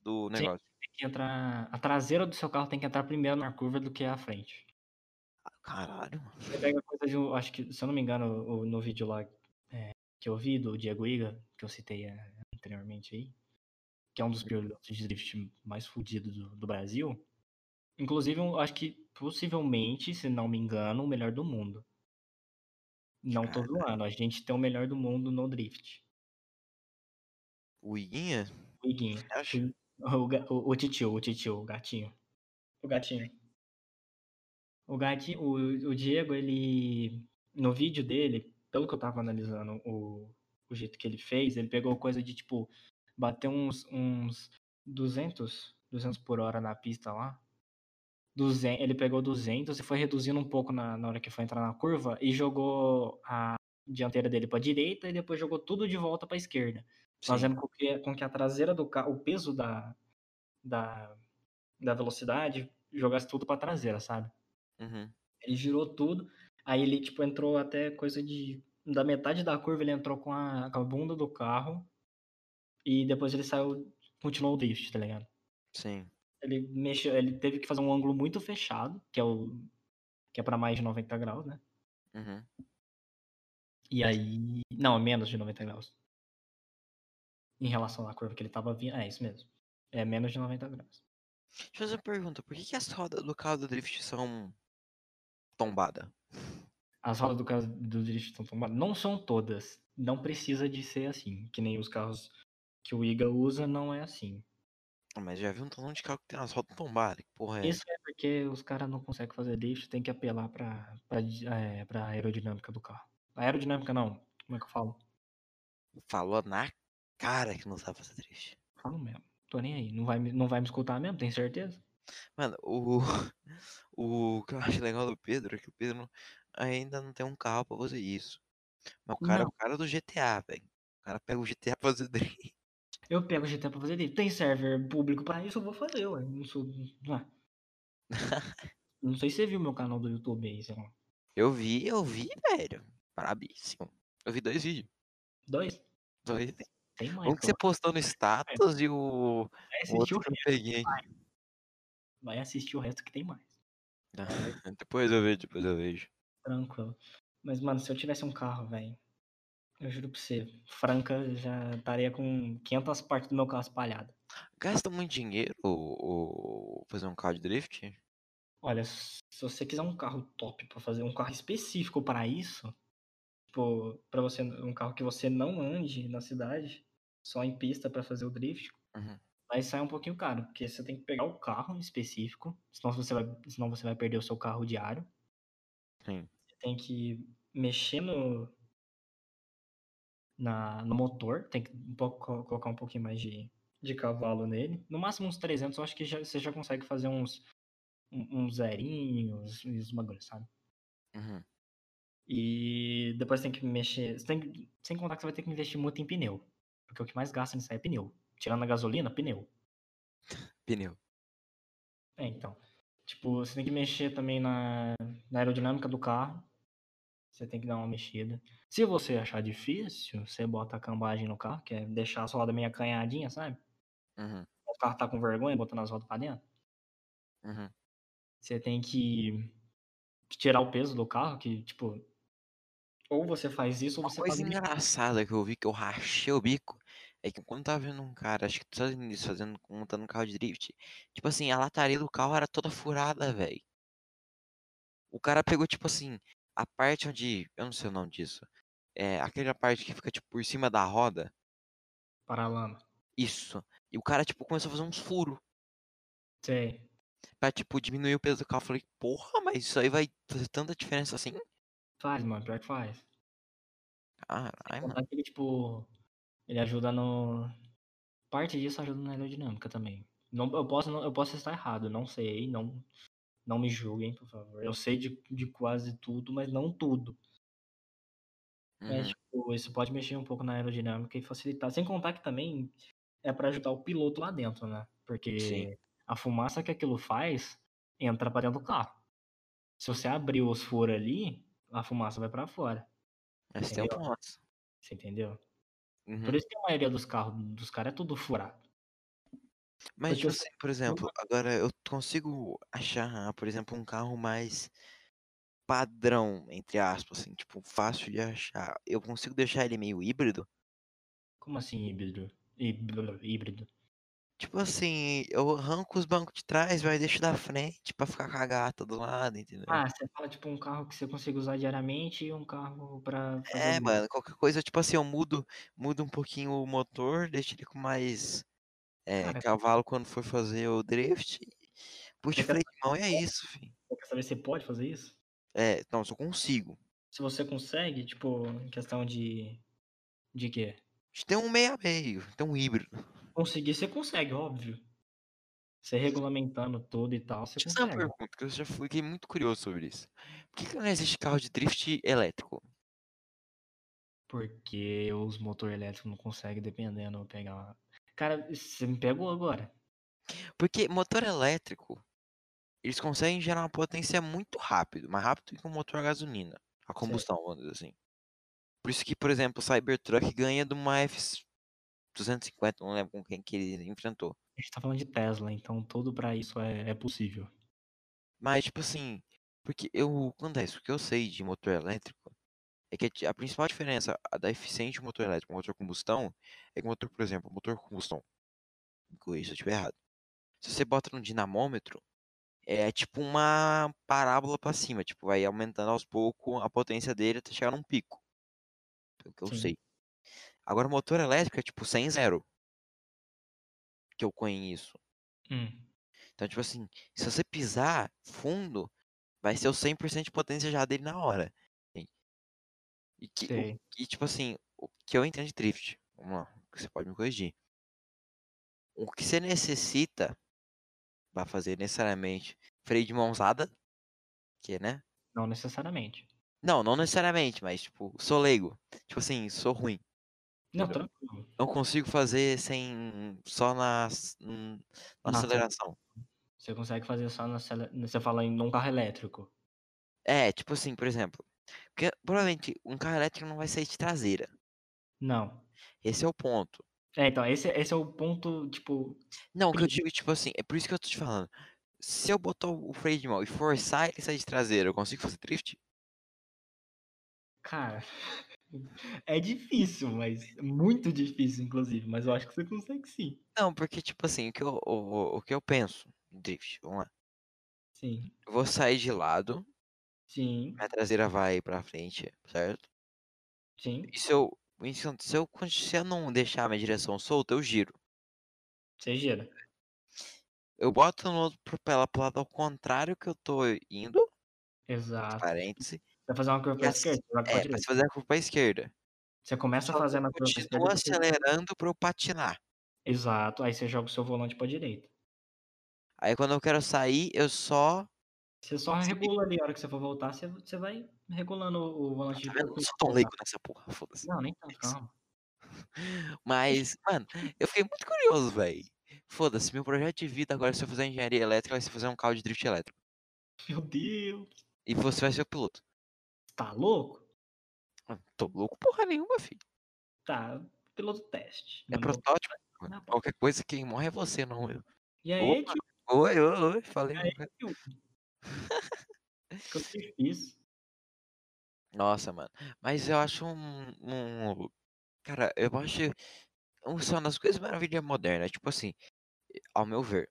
Speaker 1: do
Speaker 2: Sim,
Speaker 1: negócio.
Speaker 2: tem que entrar. A traseira do seu carro tem que entrar primeiro na curva do que a frente.
Speaker 1: Ah, Caralho, mano.
Speaker 2: Você pega coisa de, um- acho que, se eu não me engano, o- no vídeo lá é, que eu vi do Diego Iga, que eu citei é, anteriormente aí, que é um dos pilotos de drift mais fodidos do, do Brasil. Inclusive, eu acho que possivelmente, se não me engano, o melhor do mundo. Não tô zoando, a gente tem o melhor do mundo no drift.
Speaker 1: O Iguinha?
Speaker 2: O Iguinho.
Speaker 1: Acho.
Speaker 2: O, ga- o, o titio, o titio, o gatinho. O gatinho. O gatinho, o, o Diego, ele. No vídeo dele, pelo que eu tava analisando o, o jeito que ele fez, ele pegou coisa de tipo. Bater uns, uns 200, 200 por hora na pista lá. 200, ele pegou 200 e foi reduzindo um pouco na, na hora que foi entrar na curva e jogou a dianteira dele pra direita e depois jogou tudo de volta pra esquerda
Speaker 1: Sim.
Speaker 2: fazendo com que, com que a traseira do carro, o peso da, da, da velocidade, jogasse tudo pra traseira, sabe?
Speaker 1: Uhum.
Speaker 2: Ele girou tudo, aí ele, tipo, entrou até coisa de... Da metade da curva ele entrou com a, com a bunda do carro e depois ele saiu, continuou o drift, tá ligado?
Speaker 1: Sim.
Speaker 2: Ele mexeu, ele teve que fazer um ângulo muito fechado, que é o que é para mais de 90 graus, né?
Speaker 1: Uhum.
Speaker 2: E aí, não, menos de 90 graus. Em relação à curva que ele tava vindo, é isso mesmo. É menos de 90 graus.
Speaker 1: Deixa eu fazer uma pergunta. Por que, que as rodas do carro do drift são tombada?
Speaker 2: As rodas do carro do drift estão tombadas. Não são todas. Não precisa de ser assim. Que nem os carros que o Iga usa, não é assim.
Speaker 1: Ah, Mas já vi um talão de carro que tem as rodas tombadas. Que porra é essa?
Speaker 2: Isso é porque os caras não conseguem fazer drift, tem que apelar pra, pra, di- eh, pra aerodinâmica do carro. Aerodinâmica não. Como é que eu falo?
Speaker 1: Falou na cara que não sabe fazer drift.
Speaker 2: Falo mesmo. Tô nem aí. Não vai, me- não vai me escutar mesmo, tem certeza?
Speaker 1: Mano, o... o que eu acho legal do Pedro é que o Pedro ainda não tem um carro pra fazer isso. Mas o cara é o
Speaker 2: Não.
Speaker 1: cara do GTA, velho. O cara pega o GTA pra fazer drift.
Speaker 2: Eu pego o GTA pra fazer drift. Tem server público pra isso, eu vou fazer, ué. Não sou. ué. Não sei se você viu meu canal do YouTube aí, sei lá.
Speaker 1: Eu vi, eu vi, velho. Parabíssimo. Eu vi dois vídeos.
Speaker 2: Dois?
Speaker 1: Dois.
Speaker 2: Tem mais. É
Speaker 1: Um que você
Speaker 2: pô. É.
Speaker 1: postou no status e o,
Speaker 2: Vai
Speaker 1: o
Speaker 2: assistir
Speaker 1: outro
Speaker 2: o
Speaker 1: que eu peguei.
Speaker 2: Vai assistir o resto que tem mais.
Speaker 1: Depois eu vejo, depois eu vejo.
Speaker 2: Tranquilo. Mas, mano, se eu tivesse um carro, velho, eu juro pra você, Franca já estaria com 500 partes do meu carro espalhada.
Speaker 1: Gasta muito dinheiro o, o- fazer um carro de drift?
Speaker 2: Olha, se você quiser um carro top pra fazer, um carro específico pra isso, tipo, pra você, um carro que você não ande na cidade, só em pista pra fazer o drift,
Speaker 1: Uhum.
Speaker 2: aí sai um pouquinho caro, porque você tem que pegar o carro específico, senão você vai, senão você vai perder o seu carro diário.
Speaker 1: Sim.
Speaker 2: Você tem que mexer no, na, no motor, tem que um pouco, co- colocar um pouquinho mais de, de cavalo nele. No máximo uns 300, eu acho que já, você já consegue fazer uns, um- uns zerinhos, uns bagulhos, sabe?
Speaker 1: Uhum.
Speaker 2: E depois tem que mexer, você tem que- sem contar que você vai ter que investir muito em pneu, porque o que mais gasta nisso aí é pneu. Tirando a gasolina, pneu.
Speaker 1: Pneu.
Speaker 2: É, então. Tipo, você tem que mexer também na, na aerodinâmica do carro. Você tem que dar uma mexida. Se você achar difícil, você bota a cambagem no carro, que é deixar as rodas meio acanhadinha, sabe?
Speaker 1: Uhum.
Speaker 2: O carro tá com vergonha, botando as rodas pra dentro.
Speaker 1: Uhum.
Speaker 2: Você tem que tirar o peso do carro, que, tipo, ou você faz isso ou
Speaker 1: Uma
Speaker 2: você faz
Speaker 1: coisa
Speaker 2: meio.
Speaker 1: engraçada que eu vi que eu rachei o bico é que quando tava vendo um cara, acho que dos Estados Unidos, fazendo, montando um carro de drift, tipo assim, a lataria do carro era toda furada, velho. O cara pegou, tipo assim, a parte onde. Eu não sei o nome disso. É aquela parte que fica, tipo, por cima da roda.
Speaker 2: Paralama.
Speaker 1: Isso. E o cara, tipo, começou a fazer uns furos
Speaker 2: Sei.
Speaker 1: pra, tipo, diminuir o peso do carro. Eu falei, porra, mas isso aí vai fazer tanta diferença assim?
Speaker 2: Faz, mano, pior que faz.
Speaker 1: Caralho, mano.
Speaker 2: Contar que ele, tipo, ele ajuda no. Parte disso ajuda na aerodinâmica também. Não, eu, posso, não- eu posso estar errado, não sei, não, não me julguem, por favor. Eu sei de, de quase tudo, mas não tudo. Mas,
Speaker 1: Uhum.
Speaker 2: tipo, isso pode mexer um pouco na aerodinâmica e facilitar. Sem contar que também é pra ajudar o piloto lá dentro, né?
Speaker 1: Sim.
Speaker 2: Porque a fumaça que aquilo faz entra pra dentro do carro. Se você abrir os furos ali, a fumaça vai pra fora,
Speaker 1: Mas tem um
Speaker 2: entendeu?
Speaker 1: ponto.
Speaker 2: Você entendeu? Por
Speaker 1: Uhum.
Speaker 2: isso que a maioria dos carros dos caras é tudo furado.
Speaker 1: Mas,
Speaker 2: Porque
Speaker 1: tipo
Speaker 2: eu
Speaker 1: assim, por exemplo, agora eu consigo achar, por exemplo, um carro mais padrão, entre aspas, assim, tipo, fácil de achar. Eu consigo deixar ele meio híbrido?
Speaker 2: Como assim híbrido? Híbrido. híbrido.
Speaker 1: Tipo assim, eu arranco os bancos de trás, vai deixo da frente pra ficar com a gata do lado, entendeu?
Speaker 2: Ah, você fala tipo um carro que você consegue usar diariamente e um carro pra fazer
Speaker 1: É,
Speaker 2: um-
Speaker 1: mano, qualquer coisa, tipo assim, eu mudo, mudo um pouquinho o motor, deixo ele com mais é,
Speaker 2: Cara,
Speaker 1: cavalo quando for fazer o drift. Puxa
Speaker 2: eu
Speaker 1: o
Speaker 2: quero
Speaker 1: freio de mão e é isso, filho.
Speaker 2: eu quero saber se você pode fazer isso.
Speaker 1: É, não, só consigo.
Speaker 2: Se você consegue, tipo, em questão de. De quê?
Speaker 1: A gente tem um meio a meio, tem um híbrido.
Speaker 2: Conseguir, você consegue, óbvio. Você regulamentando tudo e tal, você
Speaker 1: Deixa eu fazer uma
Speaker 2: consegue.
Speaker 1: pergunta, que eu já fiquei muito curioso sobre isso. Por que, que não existe carro de drift elétrico?
Speaker 2: Porque os motores elétricos não conseguem, dependendo, pegar. uma- Cara, você me pegou agora.
Speaker 1: Porque motor elétrico, eles conseguem gerar uma potência muito rápido, mais rápido que um motor a gasolina, a
Speaker 2: Sei.
Speaker 1: combustão, vamos dizer assim. Por isso que, por exemplo, o Cybertruck ganha de uma F-250, não lembro com quem que ele enfrentou.
Speaker 2: A gente tá falando de Tesla, então tudo pra isso é, é possível.
Speaker 1: Mas, tipo assim, porque eu, quando é isso, o que eu sei de motor elétrico é que a ti- a principal diferença a da eficiência de um motor elétrico para motor combustão é que o motor, por exemplo, o motor combustão, me corrija se eu estiver errado, se você bota no dinamômetro, é tipo uma parábola para cima, tipo, vai aumentando aos poucos a potência dele até chegar num pico, pelo que eu
Speaker 2: Sim.
Speaker 1: sei. Agora, o motor elétrico é tipo 100 zero, que eu conheço.
Speaker 2: Hum.
Speaker 1: Então, tipo assim, se você pisar fundo, vai ser o 100% de potência já dele na hora. Sim. E que, o,
Speaker 2: Sei.
Speaker 1: e, tipo assim, o que eu entendo de drift, vamos lá, que você pode me corrigir. O que você necessita para fazer necessariamente freio de mãozada, que né?
Speaker 2: Não necessariamente.
Speaker 1: Não, não necessariamente, mas tipo, sou leigo. Tipo assim, sou ruim,
Speaker 2: Não,
Speaker 1: entendeu?
Speaker 2: tranquilo.
Speaker 1: Não consigo fazer sem só na, ac- hum, na
Speaker 2: Na aceleração.
Speaker 1: aceleração.
Speaker 2: Você consegue fazer só na. acele- Você fala em um carro elétrico.
Speaker 1: É, tipo assim, por exemplo, porque provavelmente um carro elétrico não vai sair de traseira.
Speaker 2: Não.
Speaker 1: Esse é o ponto.
Speaker 2: É, então, esse, esse é o ponto, tipo.
Speaker 1: Não, o que eu
Speaker 2: pri-
Speaker 1: digo, tipo assim, é por isso que eu tô te falando. Se eu botar o freio de mão e forçar ele sair de traseira, eu consigo fazer drift?
Speaker 2: Cara, é difícil, mas. Muito difícil, inclusive. Mas eu acho que você consegue sim.
Speaker 1: Não, porque, tipo assim, o que eu, o, o- o que eu penso em drift, vamos lá.
Speaker 2: Sim.
Speaker 1: Eu vou sair de lado,
Speaker 2: Sim.
Speaker 1: minha traseira vai pra frente, certo?
Speaker 2: Sim.
Speaker 1: E se eu, e se eu se eu con- se eu não deixar minha direção solta, eu giro.
Speaker 2: Você gira.
Speaker 1: Eu boto no outro propela pro lado ao contrário que eu tô indo,
Speaker 2: Exato.
Speaker 1: parênteses,
Speaker 2: Vai fazer uma curva
Speaker 1: e
Speaker 2: pra
Speaker 1: assim,
Speaker 2: esquerda, você joga pra
Speaker 1: é, pra se
Speaker 2: direita.
Speaker 1: fazer a curva pra esquerda.
Speaker 2: Você começa
Speaker 1: Só que eu
Speaker 2: fazendo a curva pra esquerda
Speaker 1: continuo
Speaker 2: e você.
Speaker 1: acelerando pra eu patinar.
Speaker 2: Exato. Aí você joga o seu volante pra direita.
Speaker 1: Aí quando eu quero sair, eu só.
Speaker 2: Você só
Speaker 1: Sim.
Speaker 2: regula ali a hora que você for voltar, você, você vai regulando o, o volante de
Speaker 1: Tá vendo? Eu
Speaker 2: pouco
Speaker 1: não
Speaker 2: em
Speaker 1: sou tão
Speaker 2: pouco.
Speaker 1: leigo nessa porra, foda-se.
Speaker 2: Não, nem tanto, calma.
Speaker 1: Mas, mano, eu fiquei muito curioso, velho. Foda-se, meu projeto de vida agora, se eu fizer engenharia elétrica, vai ser fazer um carro de drift elétrico.
Speaker 2: Meu Deus.
Speaker 1: E você vai ser o piloto.
Speaker 2: Tá louco?
Speaker 1: Ah, Tô louco porra nenhuma, filho.
Speaker 2: Tá. Piloto teste.
Speaker 1: É
Speaker 2: Não, não,
Speaker 1: protótipo. mano.
Speaker 2: não, pô.
Speaker 1: Qualquer coisa, quem morre é você, não eu.
Speaker 2: E aí,
Speaker 1: Opa,
Speaker 2: tio?
Speaker 1: oi, oi, oi, falei
Speaker 2: E
Speaker 1: uma
Speaker 2: aí,
Speaker 1: coisa.
Speaker 2: tio? Que eu te fiz?
Speaker 1: Nossa, mano. Mas eu acho um, um- Cara, eu acho um só das coisas maravilhas modernas. Tipo assim, ao meu ver,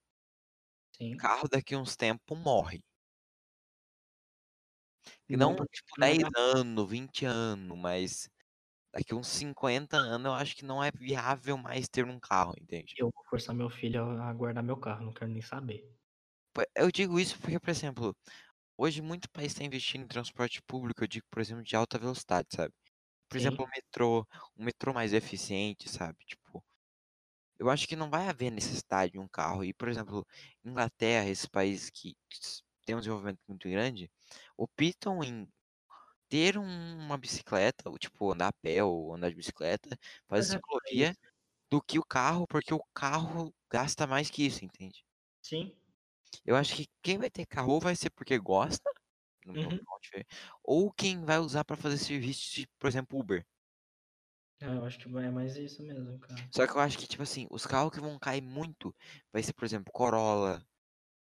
Speaker 2: Sim.
Speaker 1: carro daqui a uns tempos morre. E
Speaker 2: Não,
Speaker 1: Não,
Speaker 2: porque
Speaker 1: tipo,
Speaker 2: não vai
Speaker 1: 10
Speaker 2: dar.
Speaker 1: anos, 20 anos, mas daqui uns 50 anos eu acho que não é viável mais ter um carro, entende?
Speaker 2: Eu vou forçar meu filho a a guardar meu carro, não quero nem saber.
Speaker 1: Po- Eu digo isso porque, por exemplo, hoje muito país está investindo em transporte público, eu digo, por exemplo, de alta velocidade, sabe? Por
Speaker 2: Sim.
Speaker 1: exemplo, o metrô, um metrô mais eficiente, sabe? Tipo, eu acho que não vai haver necessidade de um carro. E, por exemplo, Inglaterra, esse país que s- tem um desenvolvimento muito grande, optam em ter um- uma bicicleta, ou, tipo, andar a pé ou andar de bicicleta, fazer
Speaker 2: Pois é, é
Speaker 1: ciclovia,
Speaker 2: isso.
Speaker 1: do que o carro, porque o carro gasta mais que isso, entende?
Speaker 2: Sim.
Speaker 1: Eu acho que quem vai ter carro ou vai ser porque gosta, no meu
Speaker 2: Uhum.
Speaker 1: ponto de ver, ou quem vai usar para fazer serviço de, por exemplo, Uber.
Speaker 2: É, Eu acho que é mais isso mesmo, cara.
Speaker 1: Só que eu acho que, tipo assim, os carros que vão cair muito vai ser, por exemplo, Corolla.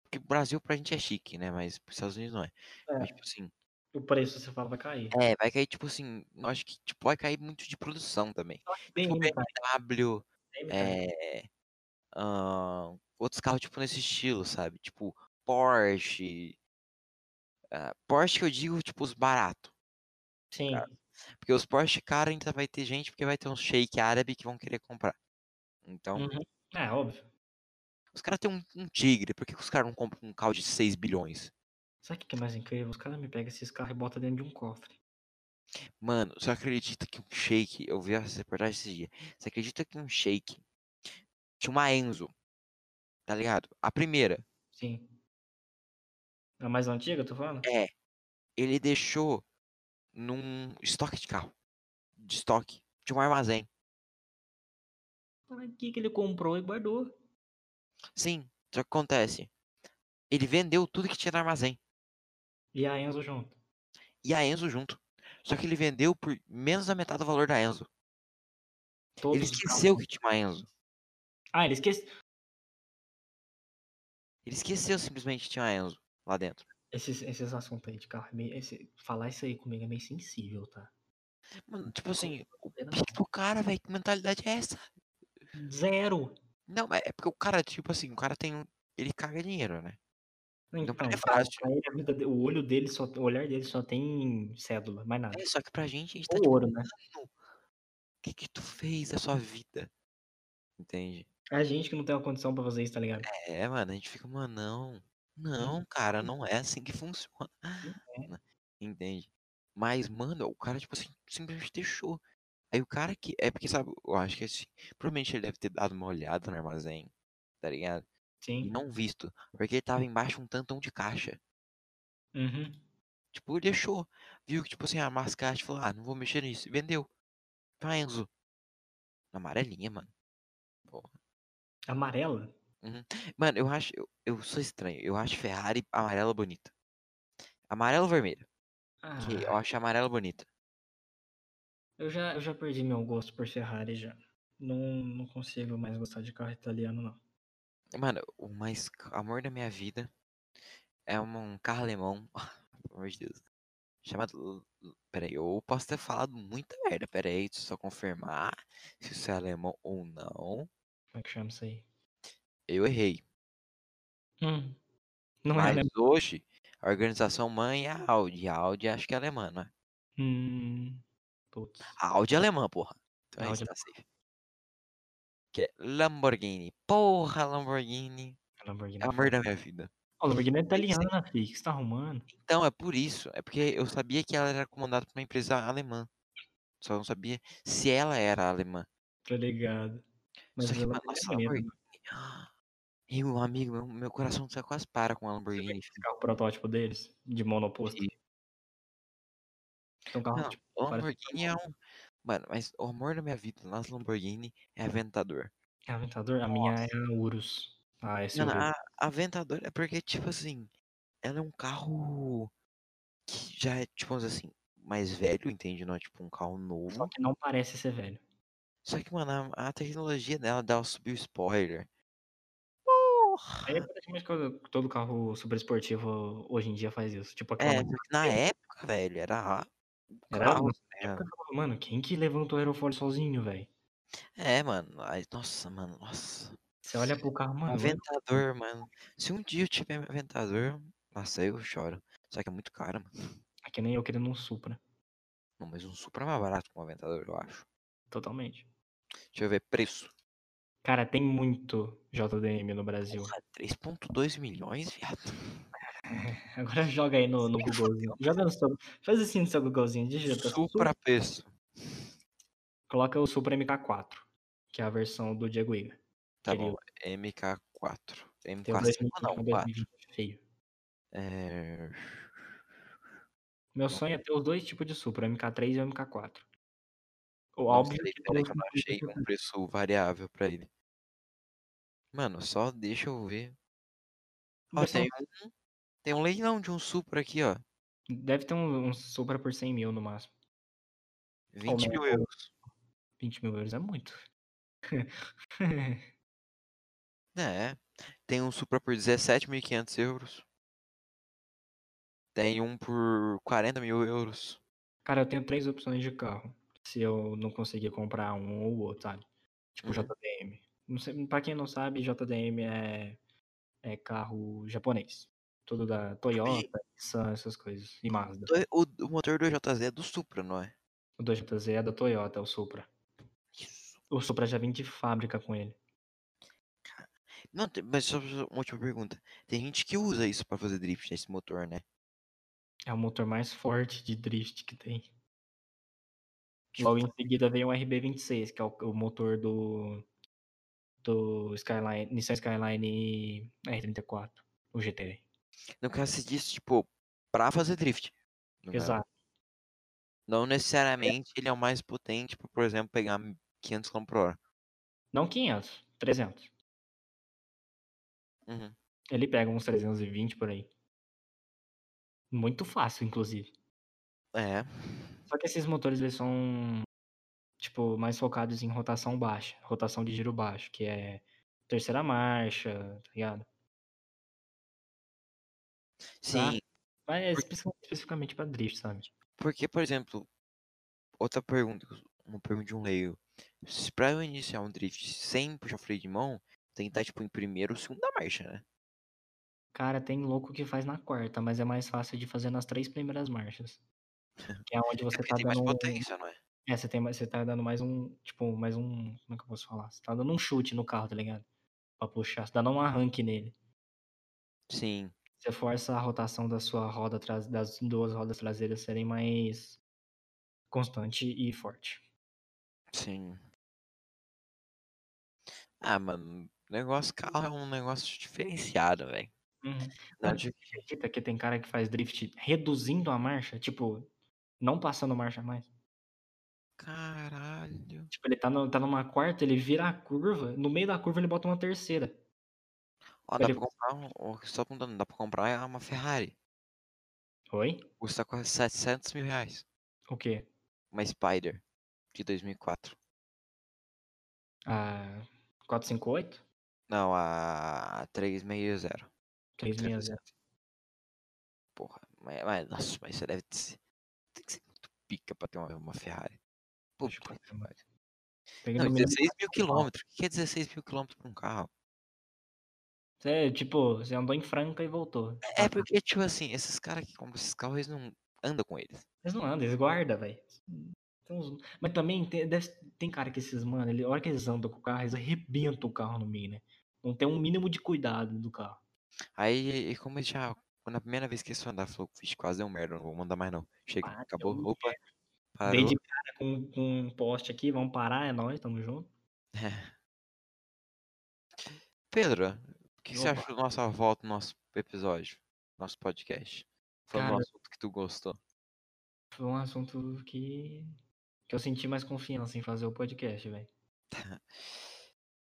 Speaker 1: Porque o Brasil pra gente é chique, né? Mas pros Estados Unidos não é. Mas,
Speaker 2: É.
Speaker 1: tipo assim.
Speaker 2: o preço, você fala, vai cair.
Speaker 1: É, vai cair, tipo assim, eu acho que tipo, vai cair muito de produção também.
Speaker 2: Eu acho que
Speaker 1: Tipo,
Speaker 2: BMW cai,
Speaker 1: BMW,
Speaker 2: BMW cai.
Speaker 1: é, ahn, outros carros, tipo, nesse estilo, sabe? Tipo, Porsche. ah, Porsche que eu digo, tipo, os baratos.
Speaker 2: Sim,
Speaker 1: Porque os Porsche caros ainda vai ter gente, porque vai ter um shake árabe que vão querer comprar. Então,
Speaker 2: Uhum. é óbvio.
Speaker 1: os caras têm um, um tigre, por que, que os caras não compram um carro de 6 bilhões?
Speaker 2: Sabe o que que é mais incrível? Os caras me pegam esses carros e botam dentro de um cofre.
Speaker 1: Mano, você acredita que um shake, eu vi essa reportagem esse dia, você acredita que um shake tinha uma Enzo, tá ligado? A primeira,
Speaker 2: Sim. É A mais antiga, eu tô falando?
Speaker 1: É, ele deixou num estoque de carro. De estoque. De um armazém.
Speaker 2: Pra que que ele comprou e guardou?
Speaker 1: Sim, só que acontece. Ele vendeu tudo que tinha no armazém.
Speaker 2: E a Enzo junto.
Speaker 1: E a Enzo junto. Só que ele vendeu por menos da metade do valor da Enzo.
Speaker 2: Todos
Speaker 1: ele
Speaker 2: os carros.
Speaker 1: esqueceu que tinha uma Enzo.
Speaker 2: Ah, ele esqueceu.
Speaker 1: Ele esqueceu simplesmente que tinha uma Enzo lá dentro.
Speaker 2: Esses, esses assuntos aí de carro, é meio, esse- falar isso aí comigo é meio sensível, tá?
Speaker 1: Mano, tipo assim, o
Speaker 2: Pena
Speaker 1: pique do cara, velho, que mentalidade é essa?
Speaker 2: não. Zero!
Speaker 1: Não, mas é porque o cara, tipo assim, o cara tem um. Ele caga dinheiro, né?
Speaker 2: Então,
Speaker 1: pra ele é
Speaker 2: pra-
Speaker 1: fácil.
Speaker 2: pra ele, a vida de- o olho dele só, o olhar dele só tem cédula, mais nada.
Speaker 1: É, só que pra gente, a gente tá
Speaker 2: Ou
Speaker 1: tipo,
Speaker 2: ouro, né?
Speaker 1: o que que tu fez da sua vida? Entende?
Speaker 2: É A gente que não tem uma condição pra fazer isso, tá ligado?
Speaker 1: É, mano, a gente fica, mano, não. Não, cara, não é assim que funciona. né? Entende? Mas, mano, o cara, tipo assim, simplesmente deixou. Aí o cara que. É porque, sabe, eu acho que assim. Provavelmente ele deve ter dado uma olhada no armazém, tá ligado? E
Speaker 2: Sim.
Speaker 1: não visto. Porque ele tava embaixo um tantão de caixa.
Speaker 2: Uhum.
Speaker 1: Tipo, ele deixou. Viu que, tipo assim, a máscara e falou, ah, não vou mexer nisso. E vendeu. Pra Enzo. Na amarelinha, mano. Pô.
Speaker 2: Amarela?
Speaker 1: Uhum. Mano, eu acho. Eu, eu sou estranho. Eu acho Ferrari amarela bonita. Amarelo ou vermelho? Que eu
Speaker 2: Ah,
Speaker 1: acho amarelo bonita.
Speaker 2: eu já, eu já perdi meu gosto por Ferrari já. Não, não consigo mais gostar de carro italiano, não.
Speaker 1: Mano, o mais c- amor da minha vida é um um carro alemão. Pelo amor de Deus. Chamado. L- L- Peraí, eu posso ter falado muita merda. Peraí, deixa eu só confirmar se isso é alemão ou não.
Speaker 2: Como é que chama isso aí?
Speaker 1: Eu errei.
Speaker 2: Hum. Não é,
Speaker 1: Mas
Speaker 2: né?
Speaker 1: hoje, a organização mãe é a Audi. A Audi acho que é alemã, não é?
Speaker 2: Hum. Putz.
Speaker 1: A Audi é alemã, porra. Então é isso,
Speaker 2: Audi.
Speaker 1: tá safe. Que é Lamborghini. Porra, Lamborghini. É
Speaker 2: Lamborghini
Speaker 1: o
Speaker 2: é
Speaker 1: amor
Speaker 2: foda.
Speaker 1: da minha vida.
Speaker 2: Ó, Lamborghini é
Speaker 1: Tem que ser.
Speaker 2: italiana, filho. O que você tá arrumando?
Speaker 1: Então, é por isso. É porque eu sabia que ela era comandada por uma empresa alemã. Só não sabia se ela era alemã.
Speaker 2: Tá ligado. Mas
Speaker 1: Só
Speaker 2: a
Speaker 1: que, mano,
Speaker 2: Lamborghini é
Speaker 1: nossa,
Speaker 2: bonita,
Speaker 1: Lamborghini.
Speaker 2: mano.
Speaker 1: E meu amigo, meu, meu coração só quase para com a
Speaker 2: Você vê
Speaker 1: Lamborghini. assim.
Speaker 2: esse carro protótipo deles, de monoposto.
Speaker 1: filho.
Speaker 2: É um carro,
Speaker 1: Não,
Speaker 2: tipo, parece
Speaker 1: Lamborghini é um. Mano, mas o amor da minha vida nas Lamborghini é Aventador.
Speaker 2: é Aventador. A minha é
Speaker 1: Nossa.
Speaker 2: a Urus. A
Speaker 1: Mano,
Speaker 2: SUV.
Speaker 1: a a Aventador é porque, tipo assim, ela é um carro que já é, tipo vamos dizer assim, mais velho, entende? Não é tipo um carro
Speaker 2: Só
Speaker 1: novo.
Speaker 2: que não parece ser velho.
Speaker 1: Só que, mano, a, a tecnologia dela dá o subir o spoiler. Porra!
Speaker 2: Aí é praticamente quando- todo carro super esportivo hoje em dia faz isso. Tipo aquela
Speaker 1: É,
Speaker 2: mãe.
Speaker 1: só que na época, velho, era um
Speaker 2: Era,
Speaker 1: carro.
Speaker 2: mano, na
Speaker 1: né?
Speaker 2: época, eu falava, mano, quem que levantou o aerofólio sozinho, velho?
Speaker 1: É, mano. Aí, nossa, mano, nossa.
Speaker 2: Você olha pro carro, mano, olha.
Speaker 1: Aventador, mano. Se um dia eu tiver meu Aventador, nossa, eu choro. Só que é muito caro, mano.
Speaker 2: É que nem eu querendo um Supra.
Speaker 1: Não, mas um Supra é mais barato que um Aventador, eu acho.
Speaker 2: Totalmente.
Speaker 1: Deixa eu ver, preço.
Speaker 2: Cara, tem muito JDM no Brasil.
Speaker 1: Porra, 3.2 milhões, viado.
Speaker 2: Agora joga aí no, no
Speaker 1: Me fudeu.
Speaker 2: Googlezinho. Joga no seu. Faz assim no seu Googlezinho, digita Supra.
Speaker 1: Supra preço.
Speaker 2: Coloca o Supra MK4, que é a versão do Diego Iga.
Speaker 1: Tá
Speaker 2: Queria
Speaker 1: bom, MK4.
Speaker 2: ter o
Speaker 1: MK5 não, 4.
Speaker 2: 2021, 2020 feio.
Speaker 1: É...
Speaker 2: Meu
Speaker 1: Não
Speaker 2: sonho é ter os dois tipos de Supra, o MK3 e o MK4. O
Speaker 1: Não
Speaker 2: óbvio
Speaker 1: sei,
Speaker 2: que
Speaker 1: peraí que
Speaker 2: todos
Speaker 1: eu
Speaker 2: os
Speaker 1: não achei
Speaker 2: tipos
Speaker 1: um preço variável pra ele. Mano, só deixa eu ver. Ó,
Speaker 2: versão
Speaker 1: tem, Então, tem um leilão de um Supra aqui, ó.
Speaker 2: Deve ter um, um Supra por 100 mil no máximo. Ou
Speaker 1: 20 mil
Speaker 2: menos,
Speaker 1: euros.
Speaker 2: 20 mil euros é muito.
Speaker 1: É, tem um Supra por 17.500 euros. Tem um por 40 mil euros.
Speaker 2: Cara, eu tenho três opções de carro. Se eu não conseguir comprar um ou outro, sabe? Tipo
Speaker 1: Uhum.
Speaker 2: JDM. Não sei, pra quem não sabe, JDM é, é carro japonês. Tudo da
Speaker 1: Bem,
Speaker 2: Toyota, Nissan, essas coisas. E Mazda.
Speaker 1: do- O, o motor do JZ é do Supra, não é?
Speaker 2: O 2JZ é da Toyota, é o Supra.
Speaker 1: Isso.
Speaker 2: O Supra já vem de fábrica com ele.
Speaker 1: Não, tem- mas só só uma última pergunta. Tem gente que usa isso pra fazer drift, esse motor, né?
Speaker 2: É o motor mais forte de drift que tem.
Speaker 1: Tipo,
Speaker 2: Logo em seguida vem o RB26, que é o, o motor do, do Skyline, Nissan Skyline R34, o GT.
Speaker 1: no caso se diz, tipo, pra fazer drift. No caso.
Speaker 2: Exato.
Speaker 1: Não
Speaker 2: É,
Speaker 1: necessariamente ele é o mais potente pra, por exemplo, pegar 500 km por hora.
Speaker 2: Não 500, 300.
Speaker 1: Uhum.
Speaker 2: Ele pega uns 320 por aí. Muito fácil, inclusive.
Speaker 1: É.
Speaker 2: Só que esses motores, eles são, tipo, mais focados em rotação baixa. Rotação de giro baixo, que é terceira marcha, tá ligado? Pra,
Speaker 1: Sim.
Speaker 2: mas é
Speaker 1: por-
Speaker 2: especi- especificamente pra drift, sabe?
Speaker 1: Porque, por exemplo, outra pergunta, que eu- uma pergunta de um leigo. Se pra eu iniciar um drift sem puxar freio de mão, tem que estar, tipo, em primeiro ou segunda marcha, né?
Speaker 2: Cara, tem louco que faz na quarta, mas é mais fácil de fazer nas três primeiras marchas. Que é onde
Speaker 1: É
Speaker 2: você
Speaker 1: porque
Speaker 2: tá
Speaker 1: tem mais
Speaker 2: dando um.
Speaker 1: potência, não é?
Speaker 2: É, você, tem, mais- você tá dando mais um. Tipo, mais um. Como é que eu posso falar? Você tá dando um chute no carro, tá ligado? Pra puxar. Você tá dando um arranque nele.
Speaker 1: Sim.
Speaker 2: Você força a rotação da sua roda, tras- das duas rodas traseiras serem mais constante e forte.
Speaker 1: Sim. Ah, mano, negócio carro é um negócio diferenciado, velho.
Speaker 2: Uhum.
Speaker 1: Não,
Speaker 2: Mano,
Speaker 1: de-
Speaker 2: você acredita que tem cara que faz drift reduzindo a marcha? Tipo, não passando marcha mais.
Speaker 1: Caralho.
Speaker 2: Tipo, ele tá, no- tá numa quarta, ele vira a curva, no meio da curva ele bota uma terceira.
Speaker 1: Ó,
Speaker 2: Pra
Speaker 1: dá
Speaker 2: ele...
Speaker 1: pra comprar um. ó, Só perguntando, dá pra comprar é uma Ferrari.
Speaker 2: Oi?
Speaker 1: Custa quase 700 mil reais.
Speaker 2: O quê?
Speaker 1: Uma Spider de 2004.
Speaker 2: A 458?
Speaker 1: Não, a 360.
Speaker 2: 360.
Speaker 1: 360. Porra, mas, mas, nossa, mas você deve ser. Tem que ser muito pica pra ter uma, uma Ferrari.
Speaker 2: Acho que
Speaker 1: Puta
Speaker 2: pode
Speaker 1: que
Speaker 2: ser mais.
Speaker 1: pariu.
Speaker 2: Peguei
Speaker 1: Não,
Speaker 2: no
Speaker 1: e
Speaker 2: mínimo
Speaker 1: 16 mil
Speaker 2: um pau.
Speaker 1: quilômetros. O que é 16 mil quilômetros pra um carro?
Speaker 2: Você, tipo, você andou em Franca e voltou.
Speaker 1: É
Speaker 2: Tá.
Speaker 1: porque, tipo assim, esses caras que compram esses carros, eles não andam com eles.
Speaker 2: Eles não andam, eles guardam, velho. Tem uns- Mas também tem, deve- tem cara que esses, mano, ele, a hora que eles andam com o carro, eles arrebentam o carro no meio, né? Não tem um mínimo de cuidado do carro.
Speaker 1: Aí, e como eu já. Na primeira vez que isso andar, falou, vixe, quase deu merda, não vou mandar mais não. Chega,
Speaker 2: Quase deu
Speaker 1: acabou, opa,
Speaker 2: merda. Dei
Speaker 1: parou.
Speaker 2: de cara com, com um poste aqui, vamos parar, é nóis, tamo junto.
Speaker 1: É. Pedro, o que você
Speaker 2: Opa.
Speaker 1: achou da nossa volta, do nosso episódio, nosso podcast? Falando um
Speaker 2: Cara,
Speaker 1: assunto que tu gostou.
Speaker 2: foi um assunto que, que eu senti mais confiança em fazer o podcast, velho.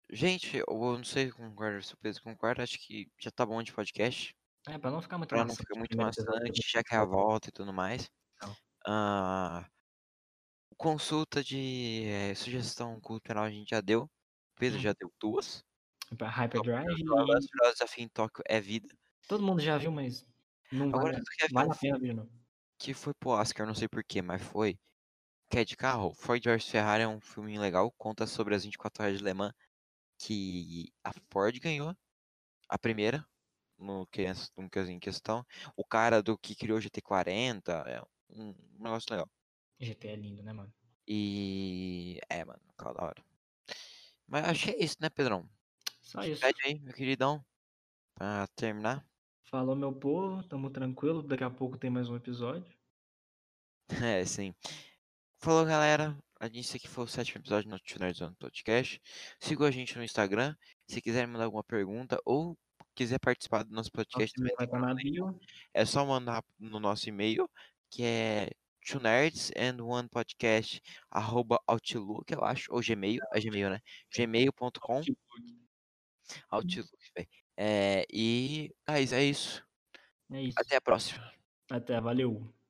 Speaker 1: Gente, eu não sei se concorda, se o Pedro concorda, acho que já tá bom de podcast,
Speaker 2: É, pra não ficar muito
Speaker 1: pra não
Speaker 2: maçante né,
Speaker 1: ficar
Speaker 2: o
Speaker 1: muito
Speaker 2: primeiro episódio, eu
Speaker 1: maçante, já que é a
Speaker 2: vou
Speaker 1: volta e tudo mais.
Speaker 2: então.
Speaker 1: Ah, consulta de eh, sugestão cultural a gente já deu. Pedro
Speaker 2: Hum,
Speaker 1: já deu duas. Então,
Speaker 2: pra Hyperdrive
Speaker 1: agora
Speaker 2: e.
Speaker 1: o desafio em Tóquio é vida.
Speaker 2: Todo mundo já viu, mas não
Speaker 1: Agora
Speaker 2: vale, a-
Speaker 1: tu quer ver
Speaker 2: vale
Speaker 1: um
Speaker 2: a pena
Speaker 1: filme
Speaker 2: ver, não.
Speaker 1: que foi pro Oscar, não sei porquê, mas foi. Que é de carro. Ford vs Ferrari é um filme legal. Conta sobre as 24 horas de Le Mans que a Ford ganhou. A primeira. No que, é- no que é em questão. O cara do que criou o GT40. É um um negócio legal.
Speaker 2: GT é lindo, né, mano?
Speaker 1: E. É, mano, cara da hora. Mas acho que é isso, né, Pedrão?
Speaker 2: Só isso.
Speaker 1: Despede aí, meu queridão. Pra terminar.
Speaker 2: Falou, meu povo, tamo tranquilo. Daqui a pouco tem mais um episódio.
Speaker 1: É, sim. Falou, galera. A gente, esse aqui foi o sétimo episódio do Nosso Nerds on Podcast. Siga a gente no Instagram. Se quiser mandar alguma pergunta ou quiser participar do nosso
Speaker 2: Nosso
Speaker 1: podcast, também
Speaker 2: e-mail
Speaker 1: não
Speaker 2: vai
Speaker 1: tem
Speaker 2: estar na
Speaker 1: problema nenhum.
Speaker 2: bio.
Speaker 1: É só mandar no nosso e-mail, que é two nerds and one podcast arroba outlook, eu acho, ou gmail, é gmail, né? gmail.com, outlook, velho. É, e, ah, isso é isso.
Speaker 2: É isso.
Speaker 1: Até a próxima.
Speaker 2: Até, valeu.